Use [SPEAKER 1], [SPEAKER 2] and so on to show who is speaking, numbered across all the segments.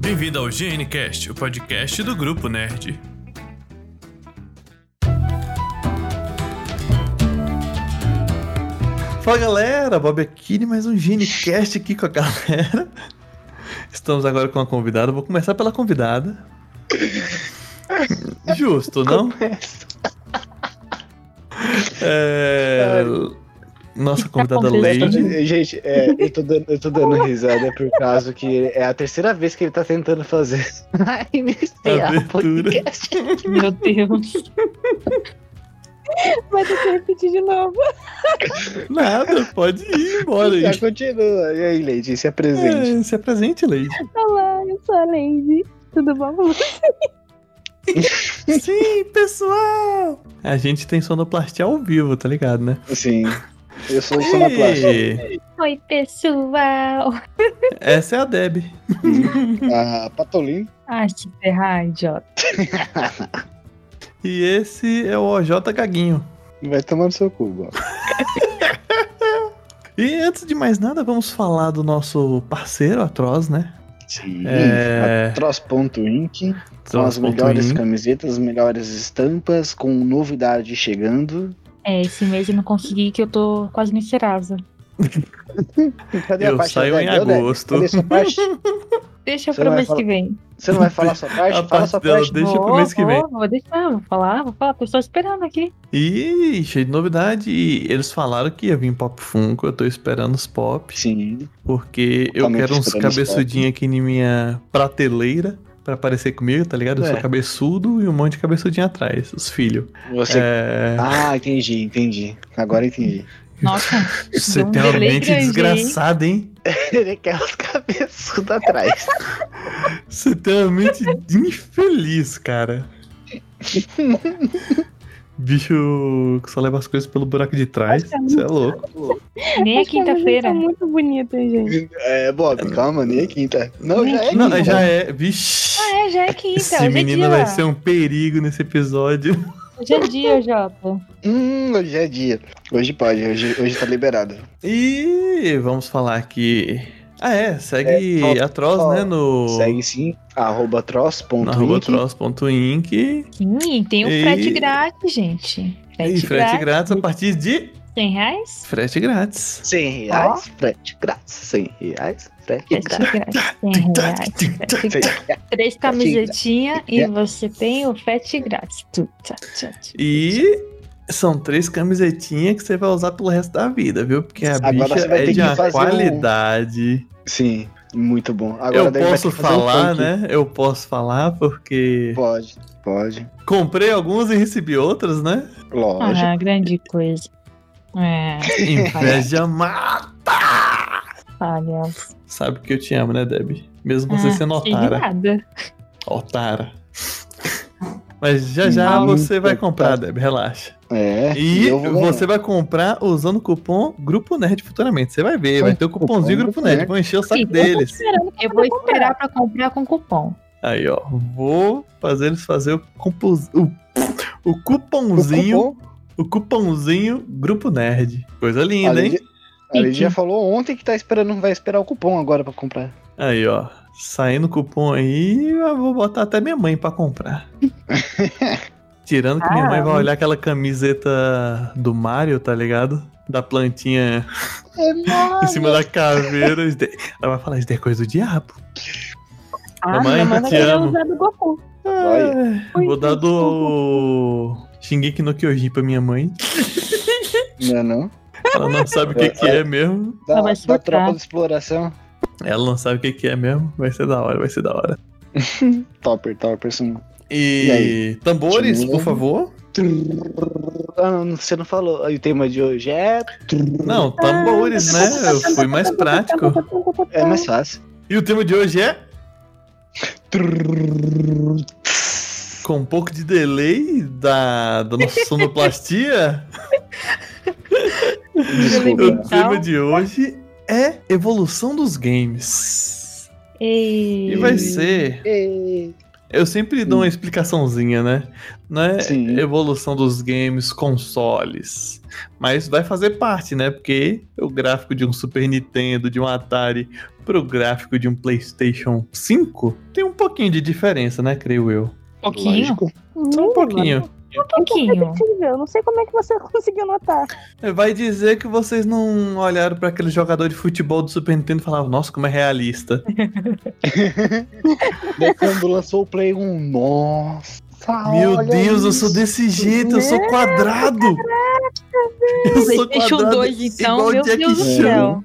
[SPEAKER 1] Bem-vindo ao GNCast, o podcast do Grupo Nerd.
[SPEAKER 2] Fala galera, Bob Aquini, mais um GeneCast aqui com a galera. Estamos agora com a convidada, vou começar pela convidada. Justo, não? É, Nossa convidada Lady.
[SPEAKER 3] Gente, é, eu, tô dando, eu tô dando risada por causa que é a terceira vez que ele tá tentando fazer.
[SPEAKER 4] Ai, iniciar o
[SPEAKER 2] Abertura.
[SPEAKER 4] podcast. Meu Deus. Vai ter que repetir de novo.
[SPEAKER 2] Nada, pode ir embora.
[SPEAKER 3] Já
[SPEAKER 2] Gente.
[SPEAKER 3] continua. E aí, Lady, se apresente.
[SPEAKER 2] É, se apresente, Lady.
[SPEAKER 4] Olá, eu sou a Lady. Tudo bom?
[SPEAKER 2] Sim, pessoal! A gente tem sonoplastia ao vivo, tá ligado, né?
[SPEAKER 3] Sim. assim. Eu sou o sonoplasta.
[SPEAKER 2] E
[SPEAKER 4] Oi, pessoal.
[SPEAKER 2] Essa é a Deb.
[SPEAKER 3] A Patolin.
[SPEAKER 4] Ai, que ferrar, idiota.
[SPEAKER 2] E esse é o OJ Gaguinho.
[SPEAKER 3] Vai tomar no seu cu, ó.
[SPEAKER 2] E antes de mais nada, vamos falar do nosso parceiro Atroz, né?
[SPEAKER 3] Sim.
[SPEAKER 2] É.
[SPEAKER 3] Atroz.inc. Com as melhores camisetas, melhores estampas, com novidade chegando.
[SPEAKER 4] É, esse mês eu não consegui que eu tô quase no Serasa.
[SPEAKER 3] Cadê
[SPEAKER 2] Eu saio
[SPEAKER 3] da
[SPEAKER 2] em
[SPEAKER 3] Débora?
[SPEAKER 2] agosto.
[SPEAKER 3] né? Cadê sua parte?
[SPEAKER 4] Deixa
[SPEAKER 3] Você
[SPEAKER 4] pra
[SPEAKER 3] vai
[SPEAKER 4] mês
[SPEAKER 3] falar-
[SPEAKER 4] que vem.
[SPEAKER 3] Você não vai falar sua
[SPEAKER 2] A
[SPEAKER 3] parte? Fala
[SPEAKER 2] parte
[SPEAKER 3] sua
[SPEAKER 2] dela,
[SPEAKER 3] parte.
[SPEAKER 2] deixa pro
[SPEAKER 4] Vou,
[SPEAKER 2] mês que vem.
[SPEAKER 4] Vou, vou deixar, vou falar, vou falar. Tô só esperando aqui.
[SPEAKER 2] E cheio de novidade. E eles falaram que ia vir Pop Funko. Eu tô esperando os pop.
[SPEAKER 3] Sim.
[SPEAKER 2] Porque eu
[SPEAKER 3] Totalmente
[SPEAKER 2] quero uns
[SPEAKER 3] esperando os
[SPEAKER 2] cabeçudinhos aqui na minha prateleira. Pra aparecer comigo, tá ligado? Eu
[SPEAKER 3] É.
[SPEAKER 2] sou cabeçudo e um monte de cabeçudinho atrás, os filhos.
[SPEAKER 3] Você
[SPEAKER 2] É.
[SPEAKER 3] Ah, entendi, entendi. Agora entendi.
[SPEAKER 4] Nossa,
[SPEAKER 2] Você
[SPEAKER 4] deu um
[SPEAKER 2] tem uma
[SPEAKER 4] delay
[SPEAKER 2] mente
[SPEAKER 4] grande, hein?
[SPEAKER 2] desgraçada, hein?
[SPEAKER 3] Ele quer os cabeçudos atrás.
[SPEAKER 2] Você tem uma mente de infeliz, cara. Bicho que só leva as coisas pelo buraco de trás. Você é louco.
[SPEAKER 4] nem é
[SPEAKER 5] Acho que a
[SPEAKER 4] quinta-feira.
[SPEAKER 5] gente tá muito bonita, hein, gente.
[SPEAKER 3] É, Bob, calma, nem é quinta. Não, já é
[SPEAKER 2] Não,
[SPEAKER 3] quinta.
[SPEAKER 2] já é. Vixe.
[SPEAKER 4] Ah, é, já é quinta.
[SPEAKER 2] Esse
[SPEAKER 4] hoje é
[SPEAKER 2] menino
[SPEAKER 4] dia.
[SPEAKER 2] vai ser um perigo nesse episódio.
[SPEAKER 4] Hoje é dia, Jota.
[SPEAKER 3] Hum, hoje é dia. Hoje pode, hoje, hoje tá liberado.
[SPEAKER 2] E vamos falar que. Ah, é. Segue
[SPEAKER 3] É, só-
[SPEAKER 2] a Troz,
[SPEAKER 3] só
[SPEAKER 2] né? No.
[SPEAKER 3] Segue sim, arroba
[SPEAKER 2] no arroba
[SPEAKER 3] tross.inc.
[SPEAKER 2] troz.inc. E
[SPEAKER 4] Sim, tem o
[SPEAKER 2] E-
[SPEAKER 4] frete grátis, gente.
[SPEAKER 2] frete grátis a partir de.
[SPEAKER 4] 100 reais?
[SPEAKER 2] Frete grátis.
[SPEAKER 3] 100 reais, frete grátis. 100 reais, frete
[SPEAKER 4] Frete
[SPEAKER 3] grátis.
[SPEAKER 4] grátis. 100 reais. Frete grátis. Três camisetinhas e você tem o frete grátis. Tu, tcha, tcha, tcha.
[SPEAKER 2] E. São três camisetinhas que você vai usar pelo resto da vida, viu? Porque a
[SPEAKER 3] Agora
[SPEAKER 2] bicha
[SPEAKER 3] você vai
[SPEAKER 2] é
[SPEAKER 3] ter que
[SPEAKER 2] de uma
[SPEAKER 3] fazer um-
[SPEAKER 2] qualidade.
[SPEAKER 3] Sim, muito bom. Agora
[SPEAKER 2] Eu
[SPEAKER 3] daí vai
[SPEAKER 2] posso
[SPEAKER 3] ter que fazer um
[SPEAKER 2] falar,
[SPEAKER 3] funk.
[SPEAKER 2] né? Eu posso falar porque
[SPEAKER 3] Pode, pode.
[SPEAKER 2] comprei algumas e recebi outras, né?
[SPEAKER 3] Lógico.
[SPEAKER 4] Ah, grande coisa. É,
[SPEAKER 2] Inveja má.
[SPEAKER 4] olha.
[SPEAKER 2] Sabe que eu te amo, né, Deb? Mesmo você
[SPEAKER 4] Ah,
[SPEAKER 2] sendo
[SPEAKER 4] sei de
[SPEAKER 2] otara.
[SPEAKER 4] nada.
[SPEAKER 2] Otara. Mas já já
[SPEAKER 3] Não,
[SPEAKER 2] você vai
[SPEAKER 3] coitado.
[SPEAKER 2] comprar, Deb, relaxa.
[SPEAKER 3] É.
[SPEAKER 2] E
[SPEAKER 3] eu vou ganhar.
[SPEAKER 2] você tá vai comprar usando o cupom Grupo Nerd futuramente. Você vai ver, vai ter o cupomzinho
[SPEAKER 3] cupom
[SPEAKER 2] Grupo
[SPEAKER 3] Grupo
[SPEAKER 2] Nerd.
[SPEAKER 3] Nerd.
[SPEAKER 2] Vou encher o saco
[SPEAKER 4] Sim,
[SPEAKER 2] deles.
[SPEAKER 4] Eu vou esperar pra comprar com cupom.
[SPEAKER 2] Aí, ó. Vou fazer eles fazer o, compos... o, o cupomzinho.
[SPEAKER 3] O cupom,
[SPEAKER 2] O cupomzinho Grupo Nerd. Coisa
[SPEAKER 3] a
[SPEAKER 2] linda, hein?
[SPEAKER 3] Lidia- A Lidia já falou ontem que tá esperando, vai esperar o cupom agora pra comprar.
[SPEAKER 2] Aí, ó. Saindo cupom aí, eu vou botar até minha mãe pra comprar. Tirando que minha mãe vai olhar aquela camiseta do Mario, tá ligado? Da plantinha em cima da caveira. isso daí- Ela vai falar, isso daí é coisa do diabo.
[SPEAKER 4] Ah,
[SPEAKER 2] Mamãe,
[SPEAKER 4] mas
[SPEAKER 2] te
[SPEAKER 4] eu quero
[SPEAKER 2] amo.
[SPEAKER 4] usar do Goku.
[SPEAKER 3] Olha.
[SPEAKER 2] Ah, vou dar do Shingeki no Kyojin pra minha mãe.
[SPEAKER 3] Não é não?
[SPEAKER 2] Ela não sabe o que, que é mesmo.
[SPEAKER 3] Da,
[SPEAKER 4] Ela vai
[SPEAKER 3] da
[SPEAKER 4] surtar.
[SPEAKER 3] tropa de exploração.
[SPEAKER 2] Ela não sabe o que, que é mesmo. Vai ser da hora, vai ser da hora.
[SPEAKER 3] Topper, Topper, assim. sim.
[SPEAKER 2] E,
[SPEAKER 3] E aí?
[SPEAKER 2] tambores,
[SPEAKER 3] De novo?
[SPEAKER 2] por favor.
[SPEAKER 3] Ah, não, você não falou. Aí O tema de hoje é.
[SPEAKER 2] Não, tambores, né? Eu fui mais prático.
[SPEAKER 3] É mais fácil.
[SPEAKER 2] E o tema de hoje é. Com um pouco de delay da, da nossa sonoplastia, o
[SPEAKER 3] Desculpa.
[SPEAKER 2] tema de hoje é evolução dos games. E vai ser
[SPEAKER 3] Ei,
[SPEAKER 2] Eu sempre dou uma explicaçãozinha, né? Não é
[SPEAKER 3] Sim.
[SPEAKER 2] evolução dos games, consoles. Mas vai fazer parte, né? Porque o gráfico de um Super Nintendo, de um Atari, pro gráfico de um PlayStation 5, tem um pouquinho de diferença, né? Creio eu.
[SPEAKER 4] um Pouquinho?
[SPEAKER 3] Lógico.
[SPEAKER 2] Só um pouquinho.
[SPEAKER 5] Um
[SPEAKER 4] pouquinho.
[SPEAKER 5] Eu não sei como é que você conseguiu notar.
[SPEAKER 2] Vai dizer que vocês não olharam pra aquele jogador de futebol do Super Nintendo e falaram, nossa, como é realista.
[SPEAKER 3] Daí quando lançou o Play 1, nossa.
[SPEAKER 2] Meu
[SPEAKER 5] olha
[SPEAKER 2] Deus, eu
[SPEAKER 5] isso.
[SPEAKER 2] sou desse jeito, eu sou quadrado. Eu sou
[SPEAKER 4] Né? PlayStation
[SPEAKER 2] quadrado,
[SPEAKER 4] 2, então,
[SPEAKER 2] igual
[SPEAKER 4] meu
[SPEAKER 2] Jack
[SPEAKER 4] Deus do
[SPEAKER 2] Chan.
[SPEAKER 4] céu.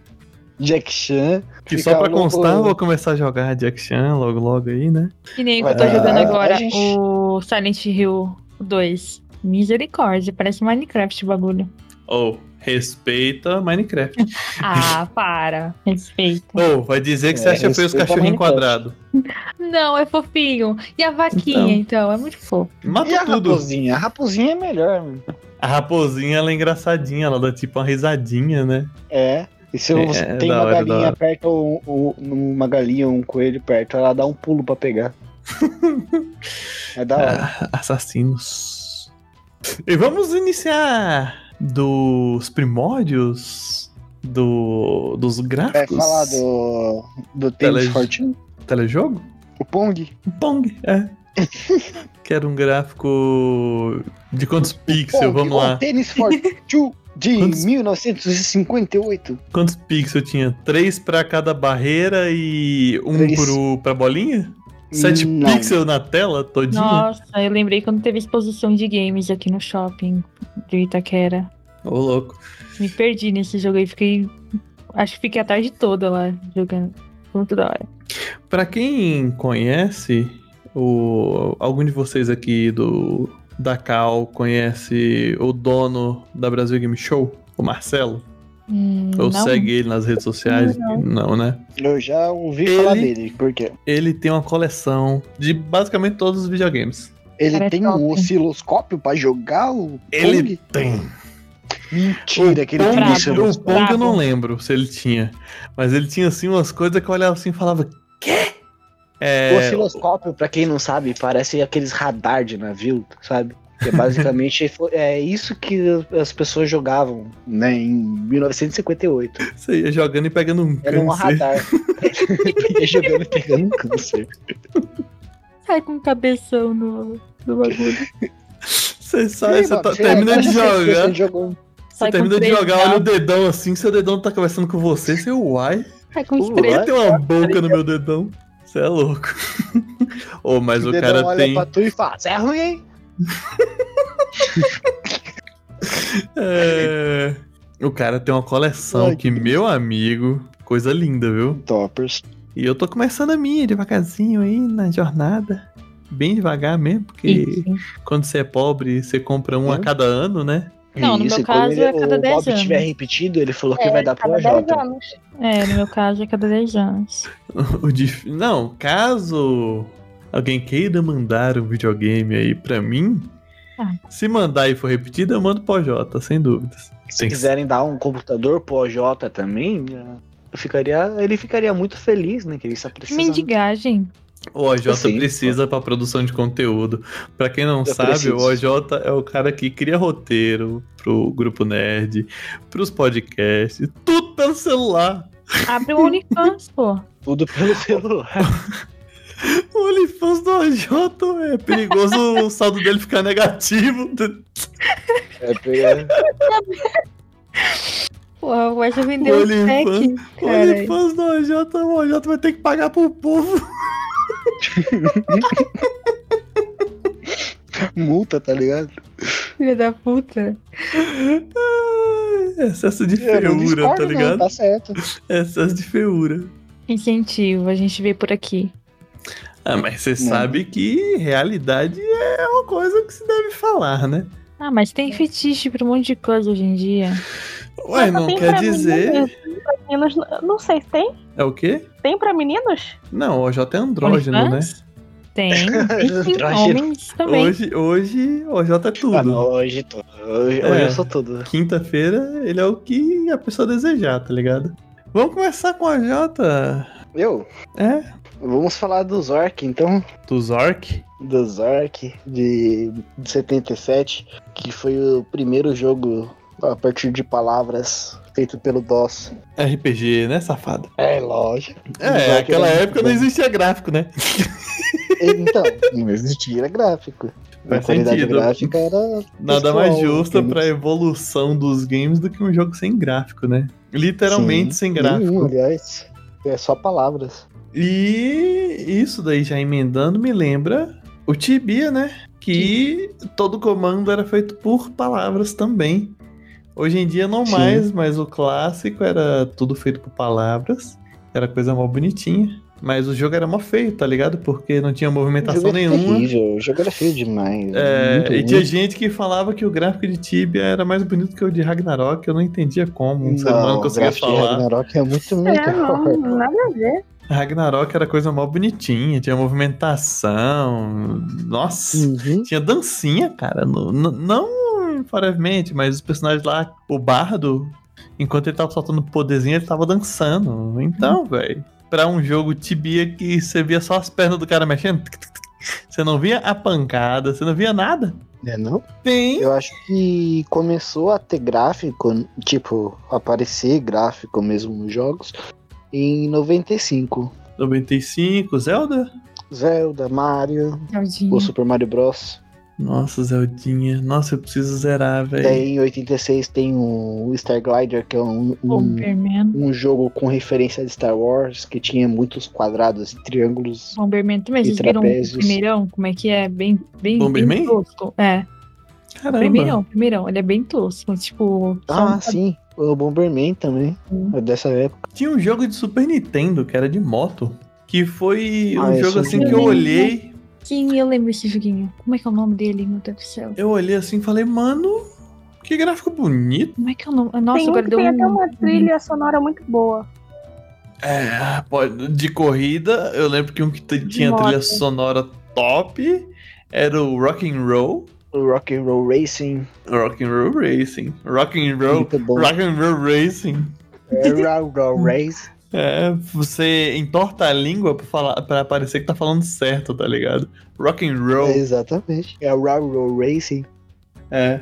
[SPEAKER 3] Jack Chan.
[SPEAKER 2] Que só pra
[SPEAKER 3] Fica louco.
[SPEAKER 2] constar, eu vou começar a jogar Jack Chan logo logo aí, né?
[SPEAKER 4] Que nem o que eu tô
[SPEAKER 2] Ah,
[SPEAKER 4] jogando agora,
[SPEAKER 3] a gente-
[SPEAKER 4] o Silent Hill 2. Misericórdia, parece Minecraft o bagulho.
[SPEAKER 2] Ou, respeita Minecraft.
[SPEAKER 4] Ah, para. Respeita.
[SPEAKER 2] Ou, vai dizer que você
[SPEAKER 3] É,
[SPEAKER 2] acha feio os
[SPEAKER 3] respeita
[SPEAKER 2] cachorrinhos
[SPEAKER 3] Minecraft.
[SPEAKER 2] quadrados.
[SPEAKER 4] Não, é fofinho. E a vaquinha, então? É muito fofo.
[SPEAKER 2] Mata
[SPEAKER 3] E a
[SPEAKER 2] tudo.
[SPEAKER 3] raposinha? A raposinha é melhor, mano.
[SPEAKER 2] A raposinha, ela é engraçadinha, ela dá tipo uma risadinha, né?
[SPEAKER 3] É. E se
[SPEAKER 2] É,
[SPEAKER 3] você
[SPEAKER 2] é
[SPEAKER 3] tem
[SPEAKER 2] da
[SPEAKER 3] uma
[SPEAKER 2] hora, da
[SPEAKER 3] galinha
[SPEAKER 2] hora.
[SPEAKER 3] perto, ou, ou uma galinha ou um coelho perto, ela dá um pulo pra pegar. é da hora.
[SPEAKER 2] Ah, assassinos. E vamos iniciar dos primórdios do, dos
[SPEAKER 3] Quer
[SPEAKER 2] gráficos.
[SPEAKER 3] falar É, do, do Tênis
[SPEAKER 2] Tele-
[SPEAKER 3] Fortune?
[SPEAKER 2] Telejogo?
[SPEAKER 3] O Pong?
[SPEAKER 2] Pong, é. Quero um gráfico de quantos
[SPEAKER 3] Pong,
[SPEAKER 2] pixels, vamos
[SPEAKER 3] o
[SPEAKER 2] lá.
[SPEAKER 3] Tênis Fortune de
[SPEAKER 2] Quantos-
[SPEAKER 3] 1958.
[SPEAKER 2] Quantos pixels tinha? Três pra cada barreira e um
[SPEAKER 3] Três.
[SPEAKER 2] pro, pra bolinha? Sete
[SPEAKER 3] Não.
[SPEAKER 2] pixels na tela todinha?
[SPEAKER 4] Nossa, eu lembrei quando teve exposição de games aqui no shopping de Itaquera.
[SPEAKER 2] Ô, louco.
[SPEAKER 4] Me perdi nesse jogo aí, fiquei. Acho que fiquei a tarde toda lá jogando. Foi Muito da hora.
[SPEAKER 2] Pra quem conhece, o, algum de vocês aqui do da Cal conhece o dono da Brasil Game Show, o Marcelo?
[SPEAKER 4] Hum,
[SPEAKER 2] Ou
[SPEAKER 4] não?
[SPEAKER 2] segue ele nas redes sociais? Não, né?
[SPEAKER 3] Eu já ouvi falar
[SPEAKER 2] Ele-
[SPEAKER 3] dele, porque
[SPEAKER 2] Ele tem uma coleção de basicamente todos os videogames.
[SPEAKER 3] ele
[SPEAKER 4] Cara, é
[SPEAKER 3] tem um
[SPEAKER 4] top.
[SPEAKER 3] osciloscópio pra jogar o
[SPEAKER 2] Ele
[SPEAKER 3] Pong?
[SPEAKER 2] tem.
[SPEAKER 3] Mentira, que ele
[SPEAKER 2] Pong, é um
[SPEAKER 3] tem
[SPEAKER 4] Brabo.
[SPEAKER 2] o
[SPEAKER 3] osciloscópio.
[SPEAKER 2] Pong eu não
[SPEAKER 4] Brabo.
[SPEAKER 2] lembro se ele tinha. Mas ele tinha assim umas coisas que eu olhava assim e falava, quê?
[SPEAKER 3] O
[SPEAKER 2] É,
[SPEAKER 3] osciloscópio, pra quem não sabe, parece aqueles radar de navio, sabe? Que é basicamente fo- é isso que as pessoas jogavam, né, em 1958.
[SPEAKER 2] você ia jogando e pegando um
[SPEAKER 3] Era um
[SPEAKER 2] câncer.
[SPEAKER 3] radar. Ia jogando e pegando um câncer.
[SPEAKER 4] Sai com o cabeção no, no bagulho.
[SPEAKER 2] Você sai,
[SPEAKER 3] Sim,
[SPEAKER 2] você tá,
[SPEAKER 3] mano,
[SPEAKER 2] termina
[SPEAKER 3] agora
[SPEAKER 2] de né?
[SPEAKER 3] já sei que
[SPEAKER 2] jogar.
[SPEAKER 3] Você jogou um
[SPEAKER 2] Você
[SPEAKER 4] Sai com
[SPEAKER 2] termina de
[SPEAKER 4] três
[SPEAKER 2] jogar, olha o dedão assim, seu dedão tá conversando com você, seu uai.
[SPEAKER 4] Sai com os
[SPEAKER 3] Pula.
[SPEAKER 4] três.
[SPEAKER 2] Ele tem uma boca no meu dedão. Você é louco. Ô, mas
[SPEAKER 3] o
[SPEAKER 2] o
[SPEAKER 3] dedão,
[SPEAKER 2] cara
[SPEAKER 3] olha
[SPEAKER 2] tem.
[SPEAKER 3] pra tu e fala, "Cê é ruim, hein?
[SPEAKER 2] é, O cara tem uma coleção
[SPEAKER 3] Ai,
[SPEAKER 2] que, meu amigo, coisa linda, viu?
[SPEAKER 3] Toppers.
[SPEAKER 2] E eu tô começando a minha devagarzinho aí na jornada. Bem devagar mesmo, porque quando você é pobre, você compra um a
[SPEAKER 3] Hum.
[SPEAKER 2] cada ano, né?
[SPEAKER 4] Não, no
[SPEAKER 3] Isso,
[SPEAKER 4] meu
[SPEAKER 3] e quando
[SPEAKER 4] caso, é cada
[SPEAKER 3] o
[SPEAKER 4] 10
[SPEAKER 3] Bob
[SPEAKER 4] anos.
[SPEAKER 3] tiver repetido, ele falou que
[SPEAKER 5] É,
[SPEAKER 3] vai dar pro
[SPEAKER 5] cada
[SPEAKER 3] AJ.
[SPEAKER 5] 10 anos.
[SPEAKER 4] É, no meu caso, é cada 10 anos.
[SPEAKER 2] O dif- Não, caso alguém queira mandar um videogame aí pra mim,
[SPEAKER 4] Ah.
[SPEAKER 2] se mandar e for repetido, eu mando pro Jota, sem dúvidas.
[SPEAKER 3] Se quiserem dar um computador pro OJ também, eu ficaria, ele ficaria muito feliz, né? Que ele está
[SPEAKER 4] Que
[SPEAKER 3] precisando.
[SPEAKER 4] mendigagem.
[SPEAKER 2] O OJ
[SPEAKER 3] Sim,
[SPEAKER 2] precisa pra produção de conteúdo. Pra quem não
[SPEAKER 3] Eu
[SPEAKER 2] sabe,
[SPEAKER 3] preciso.
[SPEAKER 2] o OJ é o cara que cria roteiro pro grupo nerd, pros podcasts, tudo pelo celular.
[SPEAKER 4] Abre o OnlyFans, pô.
[SPEAKER 3] Tudo pelo celular.
[SPEAKER 2] O OnlyFans do OJ é perigoso o saldo dele ficar negativo.
[SPEAKER 3] É, porque-
[SPEAKER 4] Porra, o Wesley vendeu o
[SPEAKER 2] OnlyFans.
[SPEAKER 4] pack,
[SPEAKER 2] O
[SPEAKER 4] cara.
[SPEAKER 2] OnlyFans do OJ, o OJ vai ter que pagar pro povo.
[SPEAKER 3] multa, tá ligado?
[SPEAKER 4] Filha da puta.
[SPEAKER 2] Ah, Excesso de
[SPEAKER 3] Eu não
[SPEAKER 2] feura,
[SPEAKER 3] discordo,
[SPEAKER 2] tá
[SPEAKER 3] não,
[SPEAKER 2] ligado?
[SPEAKER 3] tá certo.
[SPEAKER 2] Excesso de feura.
[SPEAKER 4] Incentivo, a gente vê por aqui.
[SPEAKER 2] Ah, mas você sabe que realidade é uma coisa que se deve falar, né?
[SPEAKER 4] Ah, mas tem
[SPEAKER 5] É.
[SPEAKER 4] fetiche pra um monte de coisa hoje em dia.
[SPEAKER 2] Ué,
[SPEAKER 5] Mas só
[SPEAKER 2] não
[SPEAKER 5] tem
[SPEAKER 2] quer
[SPEAKER 5] pra
[SPEAKER 2] dizer.
[SPEAKER 5] meninos, tem pra meninos, não- não sei se tem.
[SPEAKER 2] É o quê?
[SPEAKER 5] Tem pra meninos?
[SPEAKER 2] Não, o OJ é andrógeno, né?
[SPEAKER 4] OnlyFans? Tem. Tem
[SPEAKER 3] Andrógeno.
[SPEAKER 4] homens também.
[SPEAKER 2] Hoje, hoje, o OJ é
[SPEAKER 3] Ah, não,
[SPEAKER 2] tudo.
[SPEAKER 3] hoje, tô- hoje,
[SPEAKER 2] É.
[SPEAKER 3] hoje eu sou tudo.
[SPEAKER 2] Quinta-feira, ele é o que a pessoa desejar, tá ligado? Vamos começar com o OJ.
[SPEAKER 3] Eu?
[SPEAKER 2] É?
[SPEAKER 3] Vamos falar dos orc, então.
[SPEAKER 2] Dos orc?
[SPEAKER 3] Dos orc de 77, que foi o primeiro jogo a partir de palavras feito pelo DOS.
[SPEAKER 2] RPG, né, safado?
[SPEAKER 3] É, lógico.
[SPEAKER 2] É,
[SPEAKER 3] Os orc
[SPEAKER 2] aquela
[SPEAKER 3] eram-
[SPEAKER 2] época não existia gráfico, né?
[SPEAKER 3] Então, não existia gráfico. A
[SPEAKER 2] Faz
[SPEAKER 3] qualidade
[SPEAKER 2] sentido.
[SPEAKER 3] gráfica era.
[SPEAKER 2] Nada
[SPEAKER 3] textual,
[SPEAKER 2] mais justa
[SPEAKER 3] entendeu?
[SPEAKER 2] pra evolução dos games do que um jogo sem gráfico, né? Literalmente
[SPEAKER 3] Sim,
[SPEAKER 2] sem gráfico.
[SPEAKER 3] Nenhum, aliás. É só palavras.
[SPEAKER 2] E isso daí já emendando me lembra o Tibia, né? Que todo comando era feito por palavras também. Hoje em dia não
[SPEAKER 3] Sim.
[SPEAKER 2] mais, mas o clássico era tudo feito por palavras. Era coisa mó bonitinha. Mas o jogo era mó feio, tá ligado? Porque não tinha
[SPEAKER 3] O
[SPEAKER 2] movimentação
[SPEAKER 3] jogo era
[SPEAKER 2] Tá nenhuma.
[SPEAKER 3] terrível, o jogo era feio demais.
[SPEAKER 2] É,
[SPEAKER 3] muito
[SPEAKER 2] e
[SPEAKER 3] ruim.
[SPEAKER 2] tinha gente que falava que o gráfico de Tibia era mais bonito que o de Ragnarok. Eu não entendia como um ser humano
[SPEAKER 3] o
[SPEAKER 2] conseguia
[SPEAKER 3] gráfico de
[SPEAKER 2] falar.
[SPEAKER 3] Ragnarok é muito, muito
[SPEAKER 5] É, não, nada a ver.
[SPEAKER 2] Ragnarok era coisa mó bonitinha, tinha movimentação. Nossa,
[SPEAKER 3] Uhum.
[SPEAKER 2] tinha dancinha, cara. no- no- não forevermente, mas os personagens lá, o bardo, enquanto ele tava soltando poderzinho, ele tava dançando.
[SPEAKER 3] Uhum.
[SPEAKER 2] Então, velho, pra um jogo tibia que você via só as pernas do cara mexendo, tic, tic, tic, você não via a pancada, você não via nada.
[SPEAKER 3] É, não?
[SPEAKER 2] Tem.
[SPEAKER 3] Eu acho que começou a ter gráfico, tipo, aparecer gráfico mesmo nos jogos, em 95.
[SPEAKER 2] 95, Zelda?
[SPEAKER 3] Zelda, Mario,
[SPEAKER 4] Tadinho.
[SPEAKER 5] Uhum.
[SPEAKER 3] o Super Mario Bros.
[SPEAKER 2] Nossa, Zeldinha. Nossa, eu preciso zerar, velho.
[SPEAKER 3] Daí em 86 tem o Star Glider, que é um, um,
[SPEAKER 4] Bomberman.
[SPEAKER 3] um jogo com referência de Star Wars, que tinha muitos quadrados e triângulos.
[SPEAKER 4] Bomberman também,
[SPEAKER 3] E
[SPEAKER 4] vocês viram o
[SPEAKER 3] trapézios.
[SPEAKER 4] primeirão? Como é que é? Bem, bem,
[SPEAKER 2] Bomberman?
[SPEAKER 4] bem tosco. É,
[SPEAKER 2] Caramba.
[SPEAKER 4] primeirão, primeirão. Ele é bem tosco, tipo... só
[SPEAKER 3] Ah,
[SPEAKER 4] um-
[SPEAKER 3] sim, o Bomberman também, é dessa época.
[SPEAKER 2] Tinha um jogo de Super Nintendo que era de moto. Que foi
[SPEAKER 3] Ah,
[SPEAKER 2] um
[SPEAKER 3] esse
[SPEAKER 2] jogo
[SPEAKER 3] eu
[SPEAKER 2] assim
[SPEAKER 4] não
[SPEAKER 2] que eu
[SPEAKER 4] lembro.
[SPEAKER 2] olhei.
[SPEAKER 4] Sim, um eu lembro esse joguinho. Como é que é o nome dele, meu Deus do céu?
[SPEAKER 2] Eu olhei assim e falei, mano, que gráfico bonito.
[SPEAKER 4] Como é que é o nome? Nossa,
[SPEAKER 5] tem um
[SPEAKER 4] agora
[SPEAKER 5] que
[SPEAKER 4] deu
[SPEAKER 5] tem
[SPEAKER 4] um...
[SPEAKER 5] até uma trilha sonora muito boa.
[SPEAKER 2] É, pode- de corrida, eu lembro que um que t- tinha
[SPEAKER 5] moto.
[SPEAKER 2] trilha sonora top era o Rock'n'Roll.
[SPEAKER 3] O Rock and Roll Racing,
[SPEAKER 2] Rock'n'Roll Racing. Rock'n'Roll.
[SPEAKER 3] muito bom.
[SPEAKER 2] Rock'n'Roll Racing.
[SPEAKER 3] É, Rock and Roll Race.
[SPEAKER 2] É, você entorta a língua pra, falar, pra parecer que tá falando certo, tá ligado? Rock'n'Roll.
[SPEAKER 3] Exatamente. É o Railroad Racing.
[SPEAKER 2] É.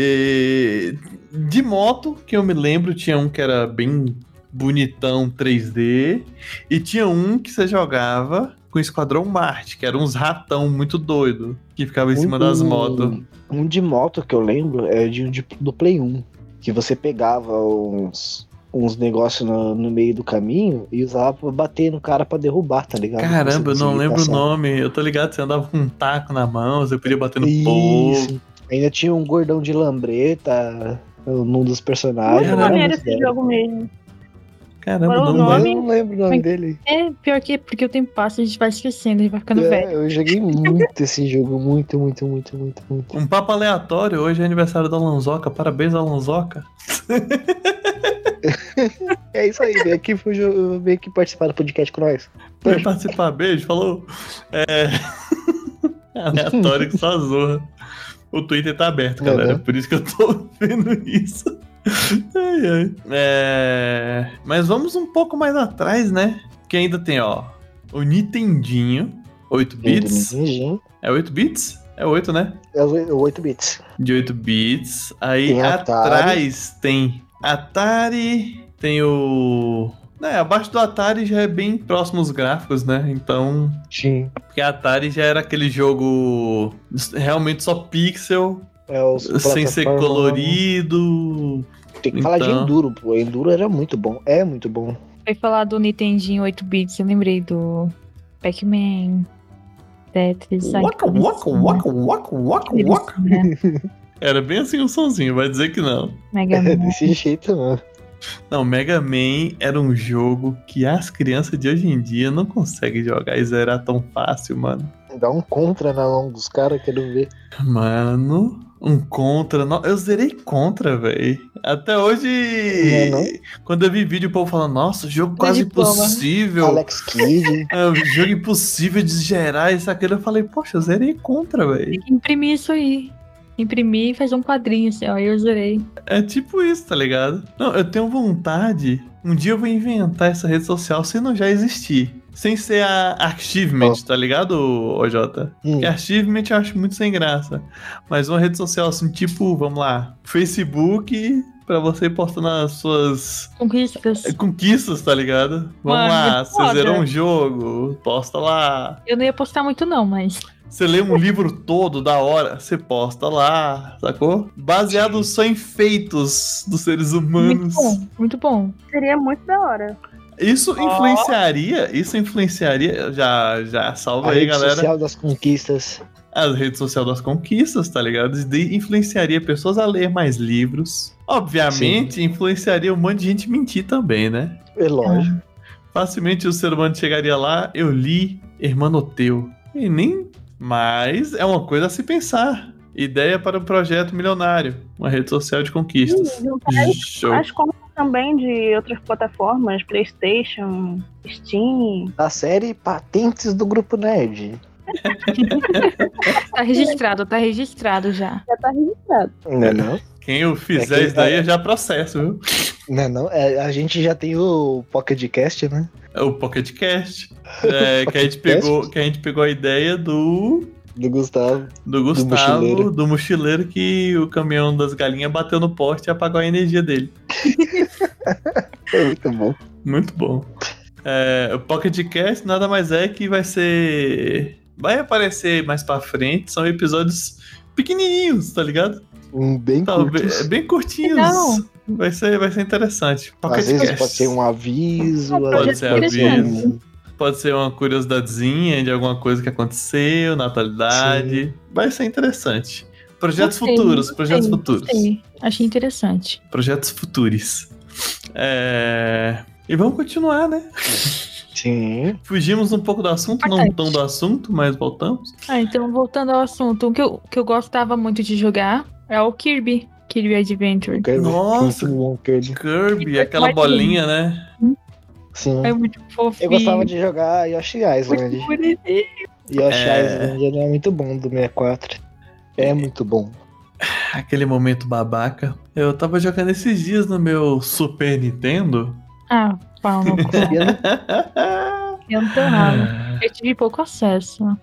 [SPEAKER 2] E de moto, que eu me lembro, tinha um que era bem bonitão 3D. E tinha um que você jogava com o Esquadrão Marte, que era uns ratão muito doido que ficava em cima das motos.
[SPEAKER 3] Um de moto que eu lembro é de um de- do Play 1. Que você pegava uns, uns negócios no, no meio do caminho e usava pra bater no cara pra derrubar, tá ligado?
[SPEAKER 2] Caramba, eu
[SPEAKER 3] Você
[SPEAKER 2] não
[SPEAKER 3] conseguia
[SPEAKER 2] lembro o
[SPEAKER 3] passar.
[SPEAKER 2] nome. Eu tô ligado, você andava com um taco na mão, você podia bater no povo.
[SPEAKER 3] Isso. Ainda tinha um gordão de lambreta num dos personagens.
[SPEAKER 5] Muito
[SPEAKER 2] não
[SPEAKER 3] né?
[SPEAKER 5] maneiro
[SPEAKER 3] Mas
[SPEAKER 5] é esse
[SPEAKER 3] era-
[SPEAKER 5] jogo mesmo.
[SPEAKER 2] Caramba,
[SPEAKER 5] Qual é
[SPEAKER 2] não
[SPEAKER 5] o nome?
[SPEAKER 2] lembro.
[SPEAKER 3] Eu não lembro o nome
[SPEAKER 4] Mas-
[SPEAKER 3] dele.
[SPEAKER 4] É, pior que é porque o tempo passa, a gente vai esquecendo, a gente vai ficando velho.
[SPEAKER 3] É, eu joguei muito esse jogo, muito, muito, muito, muito, muito.
[SPEAKER 2] Um papo aleatório, hoje é aniversário da Lanzoca. Parabéns, Alonzoca.
[SPEAKER 3] É isso aí, vem aqui, pro jogo- vem aqui participar do podcast com nós.
[SPEAKER 2] Vai participar, beijo, falou. É. Aleatório que só zorra. O Twitter tá aberto, galera.
[SPEAKER 3] É, né?
[SPEAKER 2] Por isso que eu tô vendo isso. Ai, ai. É... Mas vamos um pouco mais atrás, né? Que ainda tem, ó. O Nintendinho. 8 bits. É 8 bits? É 8, né?
[SPEAKER 3] É o 8 bits.
[SPEAKER 2] De 8 bits. Aí
[SPEAKER 3] Tem Atari.
[SPEAKER 2] atrás tem Atari, tem o. É, abaixo do Atari já é bem próximo os gráficos, né? Então.
[SPEAKER 3] Sim.
[SPEAKER 2] Porque a Atari já era aquele jogo realmente só pixel,
[SPEAKER 3] É os
[SPEAKER 2] sem ser
[SPEAKER 3] plataforma-
[SPEAKER 2] colorido.
[SPEAKER 3] Tem que falar de
[SPEAKER 2] Então.
[SPEAKER 3] Enduro, pô. Enduro era muito bom. É muito bom.
[SPEAKER 4] Foi falar do Nintendinho 8-bits, eu lembrei do Pac-Man, Tetris... ai,
[SPEAKER 2] Waka,
[SPEAKER 4] que é
[SPEAKER 2] waka,
[SPEAKER 4] delícia,
[SPEAKER 2] waka, waka, waka,
[SPEAKER 4] né?
[SPEAKER 2] waka.
[SPEAKER 4] Que delícia, né?
[SPEAKER 2] Era bem assim o sonzinho, vai dizer que não.
[SPEAKER 4] Mega
[SPEAKER 3] É
[SPEAKER 4] Man.
[SPEAKER 3] desse jeito, mano.
[SPEAKER 2] Não, Mega Man era um jogo que as crianças de hoje em dia não conseguem jogar e zerar tão fácil, mano.
[SPEAKER 3] Dá um contra na mão dos caras, quero ver.
[SPEAKER 2] Mano, um contra. no- Eu zerei contra, velho. Até hoje.
[SPEAKER 3] É, não?
[SPEAKER 2] Quando eu vi vídeo, o povo falando, nossa, jogo quase
[SPEAKER 4] diploma.
[SPEAKER 2] impossível.
[SPEAKER 3] Alex Kidd.
[SPEAKER 2] É um jogo impossível de gerar isso aquilo. Eu falei, poxa, eu zerei contra, velho.
[SPEAKER 4] Tem que imprimir isso aí. Imprimir e fazer um quadrinho assim, ó. Eu zerei.
[SPEAKER 2] É tipo isso, tá ligado? Não, eu tenho vontade. Um dia eu vou inventar essa rede social se não já existir. sem ser a achievement, tá ligado, OJ?
[SPEAKER 3] Hum.
[SPEAKER 2] Porque achievement eu acho muito sem graça. Mas uma rede social assim, tipo, vamos lá, Facebook, pra você ir postando as suas
[SPEAKER 4] Conquistas.
[SPEAKER 2] eh, conquistas, tá ligado? Vamos
[SPEAKER 4] Mano,
[SPEAKER 2] lá,
[SPEAKER 4] que
[SPEAKER 2] você zerou
[SPEAKER 4] foda. é.
[SPEAKER 2] um jogo, posta lá.
[SPEAKER 4] Eu não ia postar muito, não, mas.
[SPEAKER 2] Você lê um livro todo da hora, você posta lá, sacou? Baseado só em feitos dos seres
[SPEAKER 4] Muito
[SPEAKER 2] humanos.
[SPEAKER 4] bom, muito bom.
[SPEAKER 5] Seria muito da hora.
[SPEAKER 2] Isso influenciaria, isso influenciaria, já, já salva
[SPEAKER 3] A
[SPEAKER 2] aí,
[SPEAKER 3] rede
[SPEAKER 2] galera.
[SPEAKER 3] social das conquistas.
[SPEAKER 2] as redes sociais das conquistas, tá ligado? De- influenciaria pessoas a ler mais livros. Obviamente, influenciaria um monte de gente mentir também, né?
[SPEAKER 3] É lógico.
[SPEAKER 2] Facilmente o ser humano chegaria lá, eu li Hermanoteu. E nem. Mas é uma coisa a se pensar. Ideia para um projeto milionário. Uma rede social de conquistas.
[SPEAKER 5] E juntar
[SPEAKER 2] Show.
[SPEAKER 5] as compras também de outras plataformas, Playstation,
[SPEAKER 4] Ah.
[SPEAKER 5] Steam.
[SPEAKER 3] A série Patentes do Grupo Nerd.
[SPEAKER 4] Tá registrado, tá registrado já.
[SPEAKER 5] Já tá registrado.
[SPEAKER 3] Não é não?
[SPEAKER 2] Quem eu
[SPEAKER 3] É
[SPEAKER 2] fizer
[SPEAKER 3] que-
[SPEAKER 2] isso daí, eu já processo, viu?
[SPEAKER 3] Não é não? É, a gente já tem o Pocket Cast, né?
[SPEAKER 2] É o Pocket Cast. É, que, a gente
[SPEAKER 3] Pocket Cast?
[SPEAKER 2] pegou, que a gente pegou a ideia do
[SPEAKER 3] Do Gustavo.
[SPEAKER 2] Do Gustavo, do mochileiro.
[SPEAKER 3] mochileiro.
[SPEAKER 2] que o caminhão das galinhas bateu no poste e apagou a energia dele.
[SPEAKER 3] É muito bom.
[SPEAKER 2] Muito bom. É, o Pocket Cast nada mais é que vai ser. Vai aparecer mais pra frente. São episódios pequenininhos, tá ligado?
[SPEAKER 3] Um bem
[SPEAKER 2] Tá, Talvez é
[SPEAKER 3] curto.
[SPEAKER 2] bem curtinhos.
[SPEAKER 4] Legal.
[SPEAKER 2] Vai ser, vai ser interessante. Pocket
[SPEAKER 3] Às vezes
[SPEAKER 2] Cast.
[SPEAKER 3] pode ser um aviso.
[SPEAKER 5] É,
[SPEAKER 3] às
[SPEAKER 2] Ah, Pode
[SPEAKER 3] vezes um-
[SPEAKER 2] ser
[SPEAKER 4] Projeto
[SPEAKER 2] aviso,
[SPEAKER 4] interessante.
[SPEAKER 2] pode ser uma curiosidadezinha de alguma coisa que aconteceu na atualidade. Vai ser interessante. Projetos
[SPEAKER 4] Gostei,
[SPEAKER 2] futuros, projetos
[SPEAKER 4] Gostei,
[SPEAKER 2] futuros.
[SPEAKER 4] gostei. Achei interessante.
[SPEAKER 2] Projetos futuros. É, E vamos continuar, né?
[SPEAKER 3] Sim.
[SPEAKER 2] Fugimos um pouco do assunto, não
[SPEAKER 4] Importante.
[SPEAKER 2] tão do assunto, mas voltamos.
[SPEAKER 4] Ah, então voltando ao assunto, o que eu, que eu gostava muito de jogar é o Kirby, Kirby Adventure.
[SPEAKER 3] Kirby.
[SPEAKER 2] Nossa.
[SPEAKER 3] Muito bom, Kirby.
[SPEAKER 2] Kirby, aquela bolinha, né?
[SPEAKER 3] Sim.
[SPEAKER 4] É muito fofinho.
[SPEAKER 3] Eu gostava de jogar Yoshi Island.
[SPEAKER 4] muito bonitinho.
[SPEAKER 3] Yoshi
[SPEAKER 2] É.
[SPEAKER 3] Island era muito bom do 64. É muito bom.
[SPEAKER 2] Aquele momento babaca. Eu tava jogando esses dias no meu Super Nintendo.
[SPEAKER 4] Ah, pau no cu.
[SPEAKER 3] E eu não-
[SPEAKER 4] Eu não tô errado. Eu tive pouco acesso.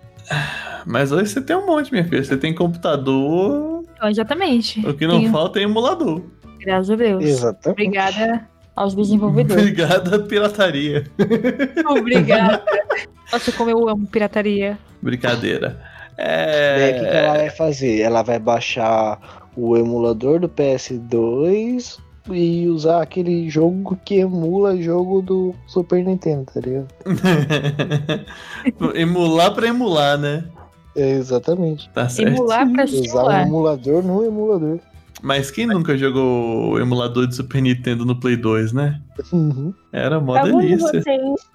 [SPEAKER 2] mas hoje você tem um monte, minha filha. Você tem computador,
[SPEAKER 4] Então, exatamente.
[SPEAKER 2] o que não
[SPEAKER 4] Tenho,
[SPEAKER 2] falta é emulador.
[SPEAKER 4] Graças a Deus.
[SPEAKER 3] Exatamente.
[SPEAKER 4] Obrigada aos desenvolvedores.
[SPEAKER 2] Obrigada, pirataria.
[SPEAKER 4] Obrigada. Nossa, como eu amo pirataria.
[SPEAKER 2] Brincadeira.
[SPEAKER 3] Daí, o que, que
[SPEAKER 2] É.
[SPEAKER 3] ela vai fazer? Ela vai baixar o emulador do PS2 e usar aquele jogo que emula jogo do Super Nintendo, tá ligado?
[SPEAKER 2] emular pra emular, né?
[SPEAKER 3] É, exatamente.
[SPEAKER 2] Tá certo.
[SPEAKER 4] Emular pra
[SPEAKER 3] Usar o
[SPEAKER 4] simular.
[SPEAKER 3] emulador no emulador.
[SPEAKER 2] Mas quem nunca jogou o emulador de Super Nintendo no Play 2, né?
[SPEAKER 3] Uhum.
[SPEAKER 2] Era mó
[SPEAKER 5] Algum de
[SPEAKER 2] delícia.
[SPEAKER 5] vocês